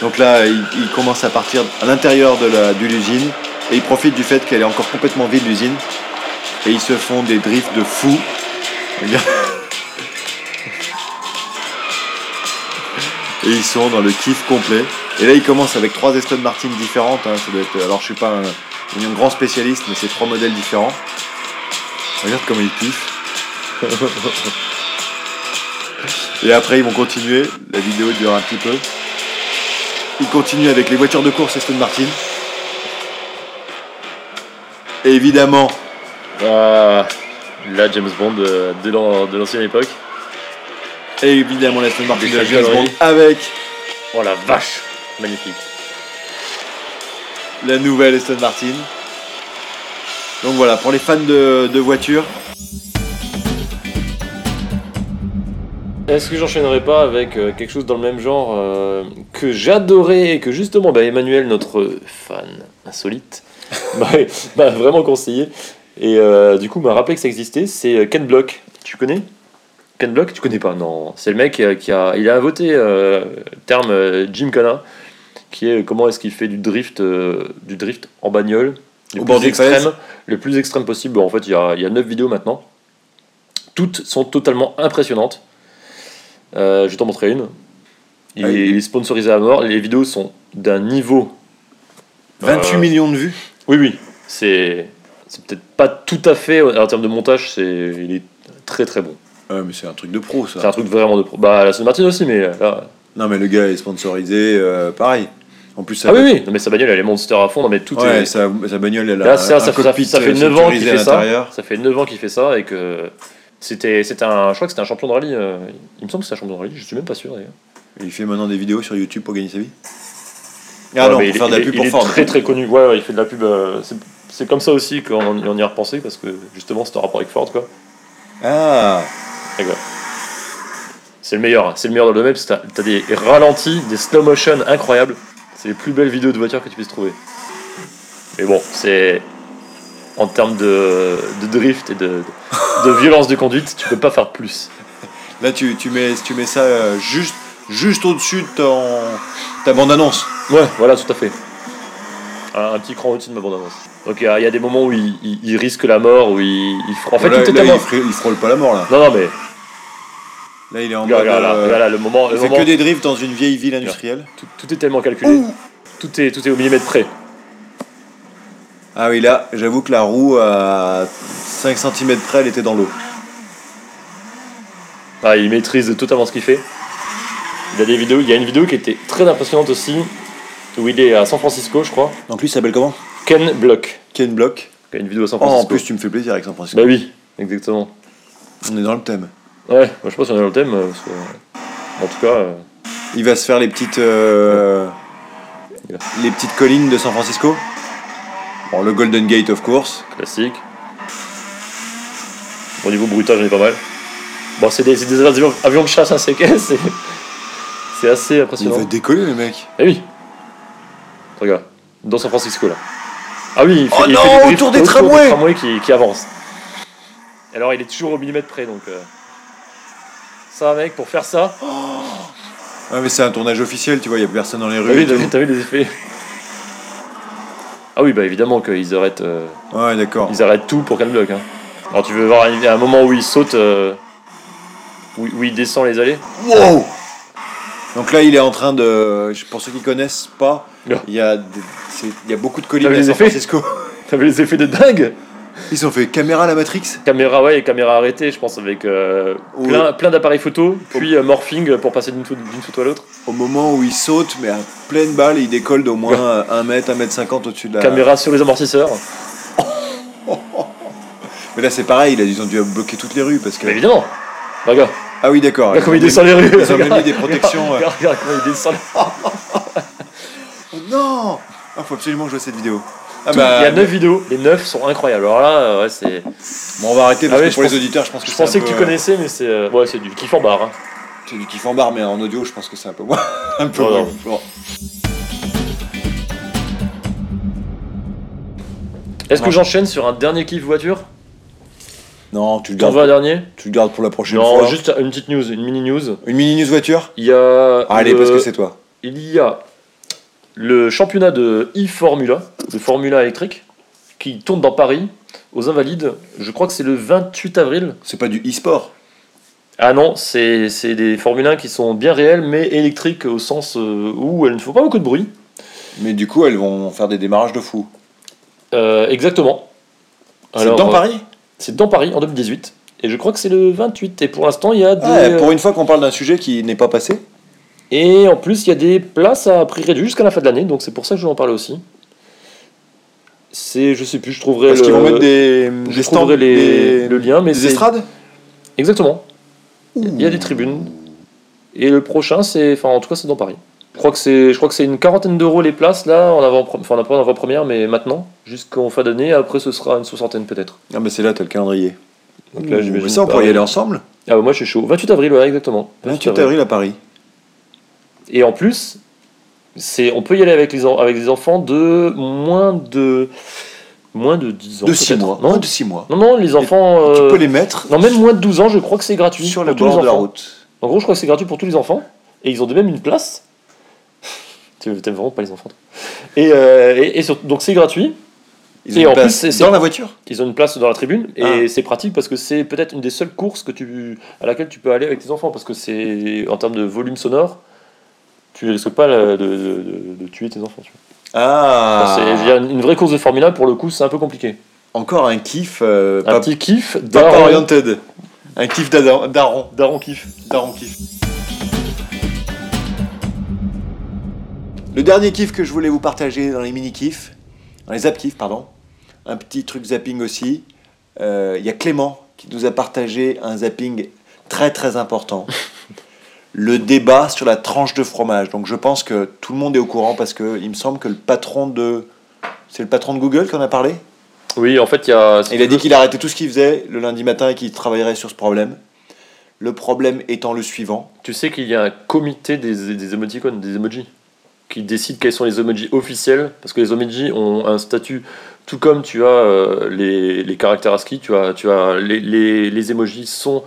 Speaker 5: Donc là, il, il commence à partir à l'intérieur de la- de l'usine et il profite du fait qu'elle est encore complètement vide l'usine. Et ils se font des drifts de fou. Regarde. Et ils sont dans le kiff complet. Et là, ils commencent avec trois Aston Martin différentes. hein. Ça doit être- alors, je suis pas un, un grand spécialiste, mais c'est trois modèles différents. Regarde comment ils kiffent. Et après, ils vont continuer. La vidéo dure un petit peu. Ils continuent avec les voitures de course Aston Martin. Et évidemment,
Speaker 4: Ah, là, James Bond euh, de l'an- de l'ancienne époque.
Speaker 5: et évidemment l'Aston Martin
Speaker 4: Des
Speaker 5: de la
Speaker 4: cabrioles.
Speaker 5: James Bond avec.
Speaker 4: Oh la vache Magnifique.
Speaker 5: la nouvelle Aston Martin. Donc voilà, pour les fans de, de voitures,
Speaker 4: Est-ce que j'enchaînerai pas avec euh, quelque chose dans le même genre euh, que j'adorais et que justement bah, Emmanuel, notre fan insolite, m'a m'a vraiment conseillé et euh, du coup m'a rappelé que ça existait C'est euh, Ken Block. Tu connais Ken Block Tu connais pas Non. C'est le mec euh, qui a, il a voté euh, terme euh, Jim Cana, qui est euh, comment est-ce qu'il fait du drift, euh, du drift en bagnole, le
Speaker 5: Au bord
Speaker 4: plus
Speaker 5: d'une falaise.
Speaker 4: extrême, le plus extrême possible. En fait, il y a, il y a 9 vidéos maintenant. Toutes sont totalement impressionnantes. Euh, je vais t'en montrer une. Il,
Speaker 5: Ah, il-
Speaker 4: il est sponsorisé à mort. Les vidéos sont d'un niveau.
Speaker 5: 28
Speaker 4: Euh,
Speaker 5: millions de vues.
Speaker 4: Oui, oui. C'est, c'est peut-être pas tout à fait. En termes de montage, c'est, il est très très bon.
Speaker 5: Ouais, mais c'est un truc de pro
Speaker 4: C'est un
Speaker 5: ça.
Speaker 4: truc vraiment de pro. Bah, la Aston Martin aussi, mais là.
Speaker 5: Non, mais le gars est sponsorisé, euh, pareil. En plus, ça
Speaker 4: ah oui, oui. Non, mais sa bagnole, elle est monster à fond. Non, mais tout est.
Speaker 5: sa, sa bagnole, elle a
Speaker 4: Là, ça,
Speaker 5: un
Speaker 4: ça, fait- ça-
Speaker 5: cockpit euh,
Speaker 4: ça fait 9 ans qu'il
Speaker 5: sécurisé à
Speaker 4: fait ça.
Speaker 5: l'intérieur.
Speaker 4: Ça fait 9 ans qu'il fait ça et que. C'était, c'était un, je crois que c'était un champion de rallye. euh, il me semble que c'est un champion de rallye, je suis même pas sûr d'ailleurs.
Speaker 5: Il fait maintenant des vidéos sur YouTube pour gagner sa vie.
Speaker 4: Ouais,
Speaker 5: Ah non, pour
Speaker 4: mais il est-
Speaker 5: faire de la
Speaker 4: il est-
Speaker 5: pub
Speaker 4: il
Speaker 5: pour
Speaker 4: est
Speaker 5: Ford.
Speaker 4: très très connu. Ouais, ouais, il fait de la pub. euh, c'est- c'est comme ça aussi qu'on on y a repensé parce que justement c'est un rapport avec Ford quoi.
Speaker 5: Ah,
Speaker 4: C'est le meilleur, hein. c'est le meilleur dans le domaine parce que t'as- t'as des ralentis, des slow motion incroyables. C'est les plus belles vidéos de voitures que tu puisses trouver. Mais bon, c'est. En termes de, de drift et de, de violence de conduite, tu peux pas faire plus.
Speaker 5: là tu, tu, mets, tu mets ça euh, juste, juste au-dessus de ton, ta bande-annonce.
Speaker 4: Ouais, voilà, tout à fait. Un, un petit cran au-dessus de ma bande-annonce. Donc il y, a- il y a des moments où il, il- il risque la mort, où il, il fera- En fait,
Speaker 5: Bon, là,
Speaker 4: tout est
Speaker 5: là,
Speaker 4: tellement-
Speaker 5: il, fri- il frôle pas la mort là.
Speaker 4: Non, non, mais
Speaker 5: Là, il est en
Speaker 4: regarde,
Speaker 5: mode.
Speaker 4: regarde, là,
Speaker 5: euh,
Speaker 4: regarde là, le moment.
Speaker 5: il
Speaker 4: le
Speaker 5: fait
Speaker 4: moment-
Speaker 5: que des drifts dans une vieille ville industrielle.
Speaker 4: tout, tout est tellement calculé. Tout est, tout est au millimètre près.
Speaker 5: Ah oui, là, j'avoue que la roue à 5 cm près, elle était dans l'eau.
Speaker 4: Ah, il maîtrise totalement ce qu'il fait. Il a des vidéos. Il y a une vidéo qui était très impressionnante aussi, où il est à San Francisco, je crois.
Speaker 5: Donc lui, il s'appelle comment
Speaker 4: Ken Block.
Speaker 5: Ken Block.
Speaker 4: Il y a une vidéo à San
Speaker 5: Oh, en
Speaker 4: Francisco.
Speaker 5: plus, tu me fais plaisir avec San Francisco.
Speaker 4: Bah oui, exactement.
Speaker 5: On est dans le thème.
Speaker 4: Ouais, moi, je pense qu'on est dans le thème. euh, parce que- En tout cas, euh,
Speaker 5: Il va se faire les petites. euh,
Speaker 4: Ouais.
Speaker 5: les petites collines de San Francisco. Bon, le Golden Gate, of course.
Speaker 4: classique. Au niveau bruitage, on est pas mal. Bon, c'est des, c'est des avions, avions de chasse, hein, c'est c'est- c'est assez
Speaker 5: Il
Speaker 4: impressionnant.
Speaker 5: va décoller, le mec.
Speaker 4: Eh oui Regarde, dans San Francisco là. Ah oui, il fait,
Speaker 5: Oh
Speaker 4: il
Speaker 5: non,
Speaker 4: fait drifts
Speaker 5: autour des tramways
Speaker 4: qui, qui avancent. Alors il est toujours au millimètre près donc. euh, Ça mec, pour faire ça.
Speaker 5: Oh, Ah, mais c'est un tournage officiel, tu vois, il n'y a personne dans les
Speaker 4: T'as
Speaker 5: rues.
Speaker 4: vu,
Speaker 5: et
Speaker 4: t'as
Speaker 5: tout.
Speaker 4: vu- t'as vu les effets Ah oui, bah évidemment qu'ils arrêtent, euh,
Speaker 5: Ouais, d'accord.
Speaker 4: ils arrêtent tout pour qu'elle bloque. Hein. Alors tu veux voir un, un moment où il saute, euh, où, où il descend les allées
Speaker 5: Wow Donc là, il est en train de. Pour ceux qui connaissent pas,
Speaker 4: Non.
Speaker 5: il y a, des- c'est- il y a beaucoup de collines
Speaker 4: T'as vu
Speaker 5: à
Speaker 4: les
Speaker 5: San
Speaker 4: effets
Speaker 5: Francisco.
Speaker 4: T'as vu les effets de dingue
Speaker 5: Ils ont fait caméra à la Matrix.
Speaker 4: Caméra, ouais, et caméra arrêtée, je pense, avec euh,
Speaker 5: Oui.
Speaker 4: plein, plein d'appareils photo, puis euh, morphing pour passer d'une photo, d'une photo à l'autre.
Speaker 5: Au moment où il saute, mais à pleine balle, il décolle d'au moins 1 mètre, 1 mètre 50 au-dessus de la.
Speaker 4: Caméra sur les amortisseurs.
Speaker 5: Mais là, c'est pareil, il a- ils ont dû bloquer toutes les rues parce que.
Speaker 4: Mais évidemment Regarde,
Speaker 5: Ah oui, d'accord.
Speaker 4: regarde
Speaker 5: Ils
Speaker 4: comment
Speaker 5: ont
Speaker 4: il
Speaker 5: mis-
Speaker 4: descend les rues
Speaker 5: ils ont même
Speaker 4: regarde,
Speaker 5: mis des protections, euh.
Speaker 4: Regarde, regarde comment il descend.
Speaker 5: Oh non Ah, faut absolument que je vois cette vidéo. Ah
Speaker 4: il y a 9 vidéos, les 9 sont incroyables. Alors là, euh, ouais, c'est.
Speaker 5: Bon, on va arrêter parce
Speaker 4: Ah ouais,
Speaker 5: que pour
Speaker 4: je
Speaker 5: les
Speaker 4: pense-
Speaker 5: auditeurs, je pense que
Speaker 4: Je
Speaker 5: c'est un
Speaker 4: pensais que
Speaker 5: peu,
Speaker 4: tu
Speaker 5: euh,
Speaker 4: connaissais, mais c'est. euh, Ouais, c'est du kiff en barre. hein.
Speaker 5: C'est du kiff en barre, mais en audio, je pense que c'est un peu moins. un peu
Speaker 4: Non,
Speaker 5: moins
Speaker 4: non.
Speaker 5: fort.
Speaker 4: Est-ce que
Speaker 5: Non.
Speaker 4: j'enchaîne sur un dernier kiff voiture
Speaker 5: Non, tu le
Speaker 4: T'en veux un
Speaker 5: gardes,
Speaker 4: dernier
Speaker 5: tu le gardes pour la prochaine
Speaker 4: Non,
Speaker 5: fois.
Speaker 4: juste une petite news, une mini news.
Speaker 5: Une mini news voiture Ah,
Speaker 4: Il y a.
Speaker 5: Allez,
Speaker 4: le-
Speaker 5: parce que c'est toi.
Speaker 4: Il y a le championnat de e-Formula, de Formula électrique, qui tourne dans Paris, aux Invalides. Je crois que c'est le 28 avril.
Speaker 5: C'est pas du e-sport.
Speaker 4: Ah non, c'est c'est des Formule 1 qui sont bien réelles, mais électriques au sens euh, où elles ne font pas beaucoup de bruit.
Speaker 5: Mais du coup, elles vont faire des démarrages de fou.
Speaker 4: Euh, exactement.
Speaker 5: C'est
Speaker 4: Alors,
Speaker 5: dans
Speaker 4: euh,
Speaker 5: Paris
Speaker 4: C'est dans Paris en 2018. Et je crois que c'est le 28. Et pour l'instant, il y a des.
Speaker 5: Ouais,
Speaker 4: euh,
Speaker 5: Ah, Pour une fois qu'on parle d'un sujet qui n'est pas passé.
Speaker 4: Et en plus, il y a des places à prix réduit jusqu'à la fin de l'année. Donc c'est pour ça que je vais en parler aussi. C'est, je sais plus, je trouverai
Speaker 5: Parce
Speaker 4: le.
Speaker 5: qu'ils vont mettre des,
Speaker 4: euh, Je
Speaker 5: des stands,
Speaker 4: trouverai les-
Speaker 5: des,
Speaker 4: le lien, mais
Speaker 5: des
Speaker 4: c'est-
Speaker 5: estrades
Speaker 4: Exactement. Il y a des tribunes. Et le prochain, c'est. Enfin, en tout cas, c'est dans Paris. Je crois que c'est, je crois que c'est une quarantaine d'euros les places là, en avant, enfin pas en avant première, mais maintenant, jusqu'en fin d'année. Après, ce sera une soixantaine peut-être.
Speaker 5: Ah, mais c'est là, t'as le calendrier.
Speaker 4: Donc là,
Speaker 5: Ouh,
Speaker 4: j'imagine
Speaker 5: mais ça, on
Speaker 4: pas-
Speaker 5: pourrait y aller ensemble.
Speaker 4: Ah bah, moi, je suis chaud. 28 avril, ouais, exactement.
Speaker 5: 28 avril à Paris.
Speaker 4: Et en plus, c'est, on peut y aller avec les, en- avec les enfants de moins de moins de 10 ans.
Speaker 5: De 6
Speaker 4: peut-être.
Speaker 5: mois.
Speaker 4: Non,
Speaker 5: de 6 mois.
Speaker 4: non, non, les enfants.
Speaker 5: Tu
Speaker 4: euh,
Speaker 5: peux les mettre
Speaker 4: Non, même moins de 12 ans, je crois que c'est gratuit
Speaker 5: sur
Speaker 4: pour
Speaker 5: le
Speaker 4: tous les
Speaker 5: bord de la
Speaker 4: enfants.
Speaker 5: route.
Speaker 4: En gros, je crois que c'est gratuit pour tous les enfants. Et ils ont de même une place. Tu t'aimes vraiment pas les enfants. toi. Et, euh, et- et surtout- donc c'est gratuit.
Speaker 5: Ils
Speaker 4: Et
Speaker 5: ont
Speaker 4: en
Speaker 5: une
Speaker 4: plus,
Speaker 5: place
Speaker 4: c'est- c'est-
Speaker 5: dans la voiture.
Speaker 4: Ils ont une place dans la tribune et
Speaker 5: Ah.
Speaker 4: c'est pratique parce que c'est peut-être une des seules courses que tu, à laquelle tu peux aller avec tes enfants parce que c'est en termes de volume sonore, tu risques pas la- de, de- de- de tuer tes enfants. tu vois.
Speaker 5: Ah
Speaker 4: Enfin, c'est- je veux dire, une, une vraie course de Formule 1 pour le coup c'est un peu compliqué.
Speaker 5: Encore un kiff euh,
Speaker 4: Un
Speaker 5: pap-
Speaker 4: petit kiff,
Speaker 5: papa
Speaker 4: daron,
Speaker 5: oriented. Un kiff d'Adam- daron.
Speaker 4: daron kiff.
Speaker 5: Daron kiff. Le dernier kiff que je voulais vous partager dans les mini-kiffs, dans les zap-kiffs, pardon, un petit truc zapping aussi. Euh, Il y a Clément qui nous a partagé un zapping très très important. le débat sur la tranche de fromage. Donc je pense que tout le monde est au courant parce que il me semble que le patron de... C'est le patron de Google qu'on a parlé
Speaker 4: Oui, en fait il y a.
Speaker 5: il a dit qu'il arrêtait tout ce qu'il faisait le lundi matin et qu'il travaillerait sur ce problème. Le problème étant le suivant.
Speaker 4: Tu sais qu'il y a un comité des, des émoticônes, des emojis, qui décide quels sont les emojis officiels, parce que les emojis ont un statut, tout comme tu as euh, les, les caractères ASCII, tu as, tu as les, les, les emojis sont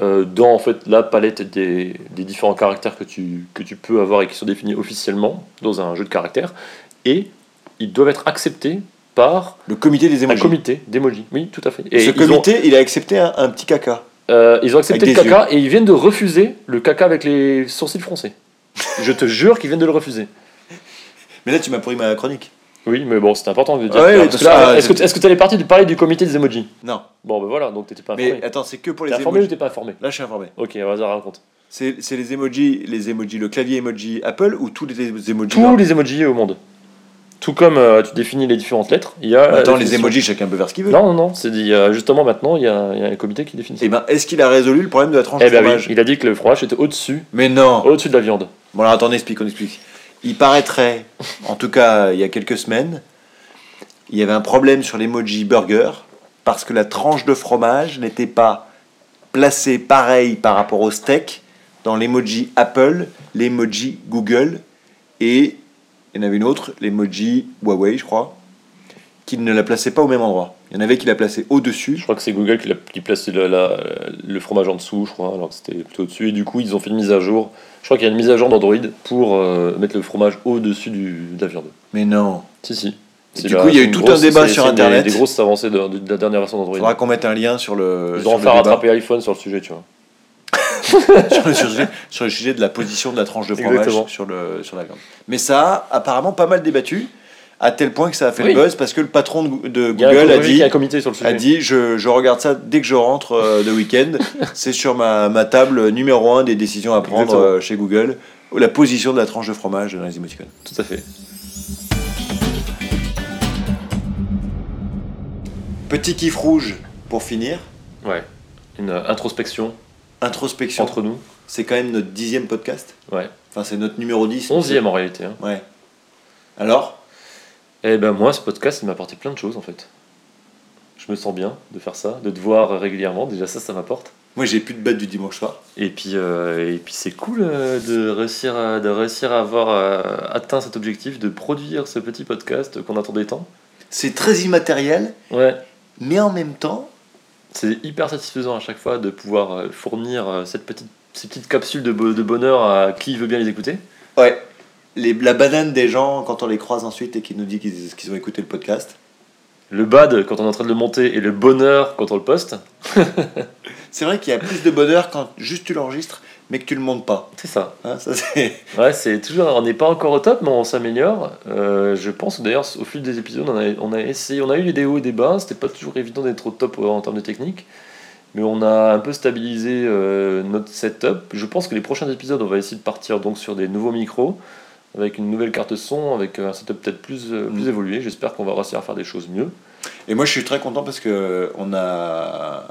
Speaker 4: euh, dans en fait la palette des, des différents caractères que tu, que tu peux avoir et qui sont définis officiellement dans un jeu de caractères, et ils doivent être acceptés par
Speaker 5: Le comité des
Speaker 4: un
Speaker 5: émojis.
Speaker 4: comité d'emojis. Oui, tout à fait.
Speaker 5: ce
Speaker 4: ils ont-
Speaker 5: comité, il a accepté un, un petit caca.
Speaker 4: euh, ils ont accepté
Speaker 5: Avec
Speaker 4: le
Speaker 5: des
Speaker 4: caca et ils viennent de refuser le caca avec les sourcils froncés. Je te jure qu'ils viennent de le refuser.
Speaker 5: Mais là, tu m'as pourri ma chronique.
Speaker 4: Oui, mais bon, c'est important de dire.
Speaker 5: Ah ouais,
Speaker 4: ça,
Speaker 5: oui,
Speaker 4: parce
Speaker 5: parce
Speaker 4: que là,
Speaker 5: que-
Speaker 4: Est-ce que est-ce que t'allais partir de parler du comité des emojis
Speaker 5: Non.
Speaker 4: Bon, ben voilà, donc t'étais pas
Speaker 5: Mais
Speaker 4: informé.
Speaker 5: attends, c'est que pour les
Speaker 4: T'es informé ou
Speaker 5: émojis.
Speaker 4: t'es pas informé
Speaker 5: Là, je suis informé.
Speaker 4: Ok, vas-y, raconte.
Speaker 5: C'est c'est les emojis, les emojis, le clavier emoji Apple ou tous les é- emojis
Speaker 4: Tous les emojis euh, au monde. Tout comme euh, tu définis les différentes lettres, il y a. la
Speaker 5: Attends, les
Speaker 4: définition.
Speaker 5: emojis, chacun peut faire ce qu'il veut.
Speaker 4: Non, non, non, c'est dit. euh, justement, maintenant, il y, a il y a un comité qui définit ça.
Speaker 5: Et ben, est-ce qu'il a résolu le problème de la tranche
Speaker 4: Eh
Speaker 5: de
Speaker 4: ben oui, Oh,
Speaker 5: fromage
Speaker 4: il a dit que le fromage était au-dessus,
Speaker 5: Mais non.
Speaker 4: au-dessus de la viande.
Speaker 5: Bon, alors attends, on explique, on explique. Il paraîtrait, en tout cas euh, il y a quelques semaines, il y avait un problème sur l'emoji burger parce que la tranche de fromage n'était pas placée pareil par rapport au steak dans l'emoji Apple, l'emoji Google et il y en avait une autre, l'emoji Huawei, je crois, qui ne la plaçait pas au même endroit. Il y en avait qui la plaçait
Speaker 4: Je
Speaker 5: au-dessus.
Speaker 4: crois que c'est Google qui, l'a- qui plaçait la- la- le fromage en dessous, je crois, alors que c'était plutôt au-dessus. Et du coup, ils ont fait une mise à jour. Je crois qu'il y a une mise à jour d'Android pour euh, mettre le fromage au-dessus du- de la viande.
Speaker 5: Mais non.
Speaker 4: Si, si.
Speaker 5: Et
Speaker 4: C'est
Speaker 5: du
Speaker 4: la-
Speaker 5: coup, il y a eu
Speaker 4: c'est une
Speaker 5: tout un
Speaker 4: grosse-
Speaker 5: débat
Speaker 4: c'est-
Speaker 5: sur
Speaker 4: c'est une des-
Speaker 5: Internet.
Speaker 4: Des, grosses avancées de, de la dernière version
Speaker 5: Il
Speaker 4: d'Android.
Speaker 5: faudra qu'on mette un lien sur le.
Speaker 4: Ils
Speaker 5: sur
Speaker 4: ont
Speaker 5: le
Speaker 4: enfin
Speaker 5: débat.
Speaker 4: rattrapé iPhone sur le sujet, tu vois.
Speaker 5: sur, le sujet, sur le sujet de la position de la tranche de fromage
Speaker 4: Exactement.
Speaker 5: sur, le, sur la viande. Mais ça a apparemment pas mal débattu, à tel point que ça a fait
Speaker 4: Oui.
Speaker 5: le buzz parce que le patron de, de
Speaker 4: Il y a un
Speaker 5: Google a
Speaker 4: comité- il
Speaker 5: dit,
Speaker 4: y a un comité sur le sujet.
Speaker 5: a dit je, je regarde ça dès que je rentre euh, de week-end. C'est sur ma, ma table numéro 1 des décisions à prendre
Speaker 4: Exactement.
Speaker 5: euh, chez Google. La position de la tranche de fromage dans les émoticônes.
Speaker 4: Tout à fait.
Speaker 5: Petit kiff rouge pour finir.
Speaker 4: Ouais. Une euh, introspection
Speaker 5: Introspection.
Speaker 4: entre nous.
Speaker 5: C'est quand même notre dixième podcast.
Speaker 4: Ouais.
Speaker 5: Enfin, c'est notre numéro 10.
Speaker 4: Onzième en réalité. hein.
Speaker 5: Ouais. Alors
Speaker 4: Eh ben moi, ce podcast, il m'a apporté plein de choses en fait. Je me sens bien de faire ça, de te voir régulièrement. Déjà ça, ça m'apporte.
Speaker 5: Moi, j'ai plus de batte du dimanche soir.
Speaker 4: Et puis, euh, et puis c'est cool euh, de, réussir à, de réussir à avoir euh, atteint cet objectif de produire ce petit podcast qu'on attendait tant.
Speaker 5: C'est très immatériel.
Speaker 4: Ouais.
Speaker 5: Mais en même temps,
Speaker 4: C'est hyper satisfaisant à chaque fois de pouvoir euh, fournir euh, cette petite, ces petites capsules de, bo- de bonheur à qui veut bien les écouter.
Speaker 5: ouais, les, la banane des gens quand on les croise ensuite et qu'ils nous disent qu'ils qu'ils ont écouté le podcast,
Speaker 4: Le bad quand on est en train de le monter et le bonheur quand on le poste.
Speaker 5: c'est vrai qu'il y a plus de bonheur quand juste tu l'enregistres mais que tu le montes pas.
Speaker 4: C'est ça.
Speaker 5: Hein, ça, c'est-
Speaker 4: Ouais, c'est toujours. On n'est pas encore au top, mais on s'améliore. Euh, je pense d'ailleurs, au fil des épisodes, on a, on a essayé, on a eu des hauts et des bas. C'était pas toujours évident d'être au top euh, en termes de technique, mais on a un peu stabilisé euh, notre setup. Je pense que les prochains épisodes, on va essayer de partir donc sur des nouveaux micros, avec une nouvelle carte son, avec euh, un setup peut-être plus, euh, plus
Speaker 5: Mm.
Speaker 4: évolué. J'espère qu'on va réussir à faire des choses mieux.
Speaker 5: Et moi je suis très content parce que on a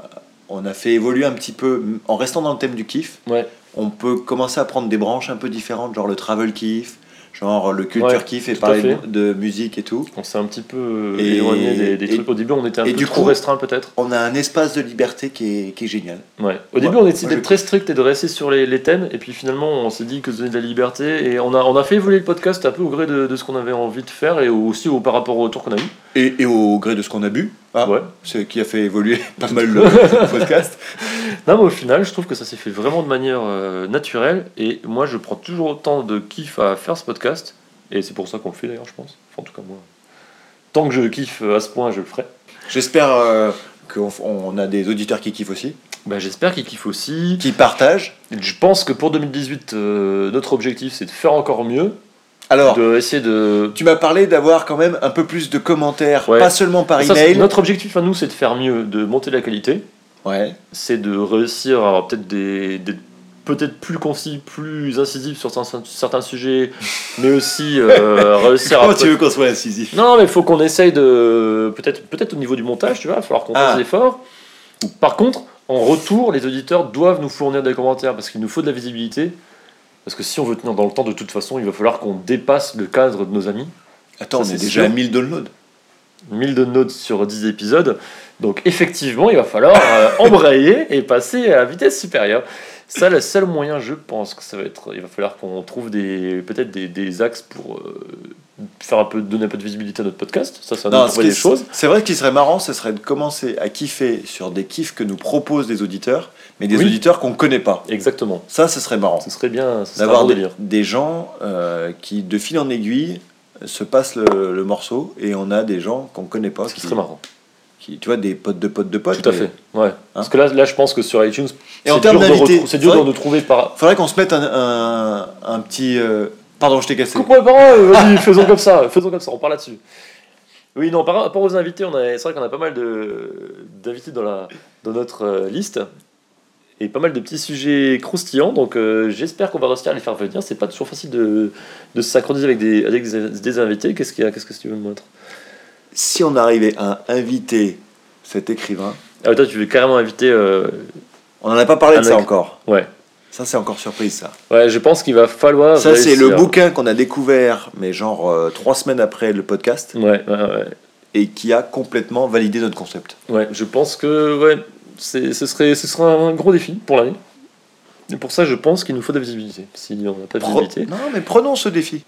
Speaker 5: on a fait évoluer un petit peu en restant dans le thème du kiff.
Speaker 4: Ouais.
Speaker 5: on peut commencer à prendre des branches un peu différentes, genre le travel kiff, genre le culture
Speaker 4: Ouais,
Speaker 5: kiff et
Speaker 4: tout à
Speaker 5: parler de,
Speaker 4: fait.
Speaker 5: de musique et tout.
Speaker 4: On s'est un petit peu euh,
Speaker 5: Et-
Speaker 4: éloigné des, des
Speaker 5: et-
Speaker 4: trucs. Au début, on était un
Speaker 5: et
Speaker 4: peu
Speaker 5: du
Speaker 4: trop
Speaker 5: coup-
Speaker 4: restreint, peut-être.
Speaker 5: On a un espace de liberté qui est, qui est génial.
Speaker 4: Ouais. Au
Speaker 5: Ouais,
Speaker 4: début, on essayait
Speaker 5: moi, je-
Speaker 4: d'être très strict et de rester sur les, les thèmes, et puis finalement, on s'est dit que se donner de la liberté, et on a, on a fait évoluer le podcast un peu au gré de, de ce qu'on avait envie de faire, et aussi au, par rapport au retour qu'on a eu.
Speaker 5: Et, et au gré de ce qu'on a bu, ah,
Speaker 4: Ouais.
Speaker 5: ce qui a fait évoluer pas mal le, le podcast.
Speaker 4: Non, mais au final, je trouve que ça s'est fait vraiment de manière euh, naturelle, et moi, je prends toujours autant de kiff à faire ce podcast, et c'est pour ça qu'on le fait d'ailleurs, je pense. Enfin, en tout cas, moi. Tant que je kiffe euh, à ce point, je le ferai.
Speaker 5: J'espère euh, qu'on on a des auditeurs qui kiffent aussi,
Speaker 4: Bah, J'espère qu'ils kiffent aussi.
Speaker 5: qui partagent.
Speaker 4: Je pense que pour 2018, euh, notre objectif, c'est de faire encore mieux,
Speaker 5: Alors,
Speaker 4: de essayer de
Speaker 5: tu m'as parlé d'avoir quand même un peu plus de commentaires,
Speaker 4: Ouais.
Speaker 5: pas seulement par
Speaker 4: Ça, c'est-
Speaker 5: email.
Speaker 4: Notre objectif à nous, c'est de faire mieux, de monter la qualité,
Speaker 5: Ouais.
Speaker 4: c'est de réussir à avoir peut-être des, des- peut-être plus concis, plus incisifs sur certains, certains sujets, mais aussi euh, réussir à.
Speaker 5: Comment tu veux qu'on soit incisif
Speaker 4: Non, mais il faut qu'on essaye de peut-être peut-être au niveau du montage, tu vois, il va falloir qu'on
Speaker 5: Ah.
Speaker 4: fasse des efforts. Par contre, en retour, les auditeurs doivent nous fournir des commentaires parce qu'il nous faut de la visibilité. Parce que si on veut tenir dans le temps, de toute façon, il va falloir qu'on dépasse le cadre de nos amis.
Speaker 5: Attends,
Speaker 4: Ça,
Speaker 5: on est
Speaker 4: c'est
Speaker 5: déjà
Speaker 4: sûr.
Speaker 5: à 1000 downloads.
Speaker 4: 1000 downloads sur 10 épisodes. Donc effectivement, il va falloir euh, embrayer et passer à la vitesse supérieure. Ça, le seul moyen, je pense, que ça va être, il va falloir qu'on trouve des, peut-être des, des axes pour euh, faire un peu, donner un peu de visibilité à notre podcast. Ça, ça
Speaker 5: Non,
Speaker 4: nous
Speaker 5: ce
Speaker 4: trouver
Speaker 5: qui
Speaker 4: des
Speaker 5: est-
Speaker 4: choses.
Speaker 5: C'est vrai qu'il serait marrant, ce serait de commencer à kiffer sur des kiffs que nous proposent des auditeurs, mais des
Speaker 4: Oui.
Speaker 5: auditeurs qu'on connaît pas.
Speaker 4: Exactement.
Speaker 5: Ça, ce serait marrant.
Speaker 4: Ce serait bien, ce serait un
Speaker 5: D'avoir
Speaker 4: bon
Speaker 5: des,
Speaker 4: délire.
Speaker 5: des gens euh, qui, de fil en aiguille, se passent le, le morceau et on a des gens qu'on connaît pas.
Speaker 4: Ce
Speaker 5: Qui,
Speaker 4: serait marrant.
Speaker 5: qui- tu vois, des potes de potes de potes.
Speaker 4: Tout à
Speaker 5: mais-
Speaker 4: fait. Ouais. Parce que là, là, je pense que sur iTunes,
Speaker 5: Hein Et en
Speaker 4: c'est
Speaker 5: termes
Speaker 4: dur, de,
Speaker 5: d'invités,
Speaker 4: retrou- c'est dur de
Speaker 5: faudrait-
Speaker 4: nous trouver par.
Speaker 5: Faudrait qu'on se mette un, un- un petit. euh, Pardon, je t'ai cassé.
Speaker 4: Coupe-moi les paroles, vas-y, faisons comme ça, faisons comme ça, on parle là-dessus. Oui, non, par rapport aux invités, on a- c'est vrai qu'on a pas mal de- d'invités dans, la- dans notre euh, liste et pas mal de petits sujets croustillants, donc euh, j'espère qu'on va réussir à les faire venir. C'est pas toujours facile de, de se synchroniser avec des, avec des, des invités. Qu'est-ce qu'il y a Qu'est-ce que tu veux me montrer
Speaker 5: Si on arrivait à inviter cet écrivain,
Speaker 4: Ah, mais toi, tu veux carrément inviter. euh,
Speaker 5: on n'en a pas parlé de
Speaker 4: Un
Speaker 5: ça
Speaker 4: mec.
Speaker 5: encore.
Speaker 4: Ouais.
Speaker 5: Ça, c'est encore surprise, ça.
Speaker 4: Ouais, je pense qu'il va falloir.
Speaker 5: Ça, c'est le
Speaker 4: réussir.
Speaker 5: bouquin qu'on a découvert, mais genre euh, trois semaines après le podcast,
Speaker 4: Ouais, ouais, ouais.
Speaker 5: et qui a complètement validé notre concept.
Speaker 4: Ouais, je pense que ouais, c'est- ce, serait, ce serait un gros défi pour l'année. Et pour ça, je pense qu'il nous faut de la visibilité. Si on n'a pas de
Speaker 5: Pre-
Speaker 4: visibilité.
Speaker 5: Non, mais prenons ce défi.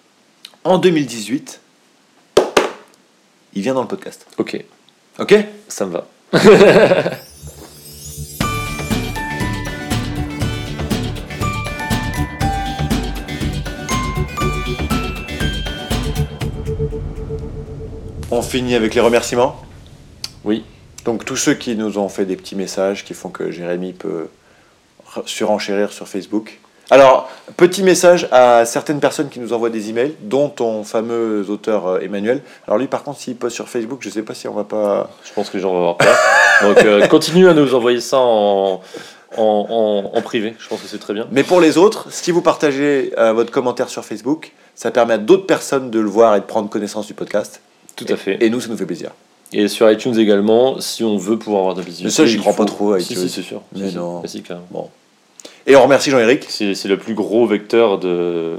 Speaker 5: En 2018, il vient dans le podcast.
Speaker 4: Ok,
Speaker 5: Ok
Speaker 4: ça me va.
Speaker 5: On finit avec les remerciements.
Speaker 4: Oui.
Speaker 5: Donc, tous ceux qui nous ont fait des petits messages qui font que Jérémy peut re- surenchérir sur Facebook. Alors, petit message à certaines personnes qui nous envoient des emails, dont ton fameux auteur euh, Emmanuel. Alors, lui, par contre, s'il poste sur Facebook, je sais pas si on va pas.
Speaker 4: Je pense que les gens vont avoir peur. Donc, euh, continue à nous envoyer ça en, en, en- en privé. Je pense que c'est très bien.
Speaker 5: Mais pour les autres, si vous partagez euh, votre commentaire sur Facebook, ça permet à d'autres personnes de le voir et de prendre connaissance du podcast.
Speaker 4: Tout à fait.
Speaker 5: Et nous, ça nous fait plaisir.
Speaker 4: Et sur iTunes également, si on veut pouvoir avoir de la visibilité.
Speaker 5: Mais ça, j'y
Speaker 4: il
Speaker 5: crois
Speaker 4: faut-
Speaker 5: pas trop à
Speaker 4: Si,
Speaker 5: iTunes.
Speaker 4: si, c'est sûr.
Speaker 5: Mais
Speaker 4: Si, si.
Speaker 5: non.
Speaker 4: Mais si, clairement.
Speaker 5: Et on remercie Jean-Éric.
Speaker 4: C'est c'est le plus gros vecteur de,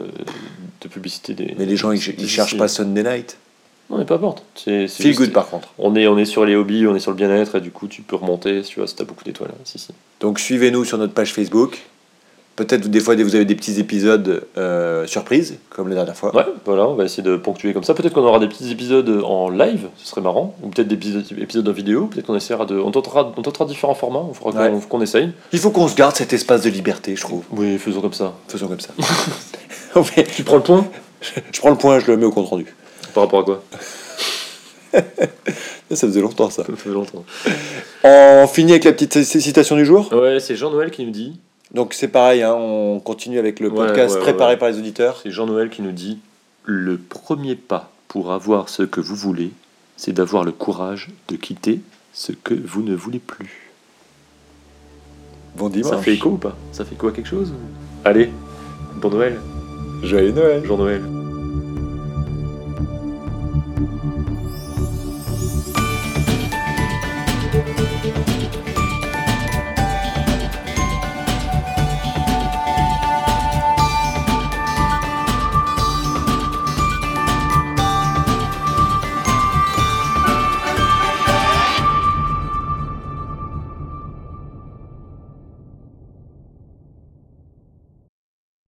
Speaker 4: de publicité des.
Speaker 5: Mais les gens, ils, ils cherchent pas Sunday Night.
Speaker 4: Non, mais peu importe. C'est c'est
Speaker 5: Feel
Speaker 4: juste-
Speaker 5: good, par contre.
Speaker 4: On est, on est sur les hobbies, on est sur le bien-être, et du coup, tu peux remonter, tu vois, si t'as beaucoup d'étoiles. hein, Si, si.
Speaker 5: Donc, suivez-nous sur notre page Facebook. Peut-être, des fois, vous avez des petits épisodes euh, surprises, comme la dernière fois.
Speaker 4: Ouais, voilà, on va essayer de ponctuer comme ça. Peut-être qu'on aura des petits épisodes en live, ce serait marrant. Ou peut-être des épisodes, épisodes en vidéo, peut-être qu'on essaiera de. On tentera, on tentera différents formats, on fera qu'on qu'on essaye.
Speaker 5: Il faut qu'on se garde cet espace de liberté, je trouve.
Speaker 4: Oui, faisons comme ça.
Speaker 5: Faisons comme ça. On fait-
Speaker 4: Tu prends le point
Speaker 5: je prends le point, je le mets au compte rendu.
Speaker 4: Par rapport à quoi
Speaker 5: Ça faisait longtemps, ça.
Speaker 4: Ça fait longtemps.
Speaker 5: On finit avec la petite citation du jour.
Speaker 4: Ouais, c'est Jean-Noël qui nous dit.
Speaker 5: Donc c'est pareil, hein, on continue avec le
Speaker 4: Ouais,
Speaker 5: podcast
Speaker 4: ouais, ouais,
Speaker 5: préparé
Speaker 4: ouais.
Speaker 5: par les auditeurs.
Speaker 4: C'est Jean-Noël qui nous dit Le premier pas pour avoir ce que vous voulez, c'est d'avoir le courage de quitter ce que vous ne voulez plus.
Speaker 5: Bon
Speaker 4: Ça
Speaker 5: dimanche,
Speaker 4: fait écho ou pas Ça fait écho à quelque chose ou- Allez, bon Noël,
Speaker 5: joyeux Noël
Speaker 4: jour Noël.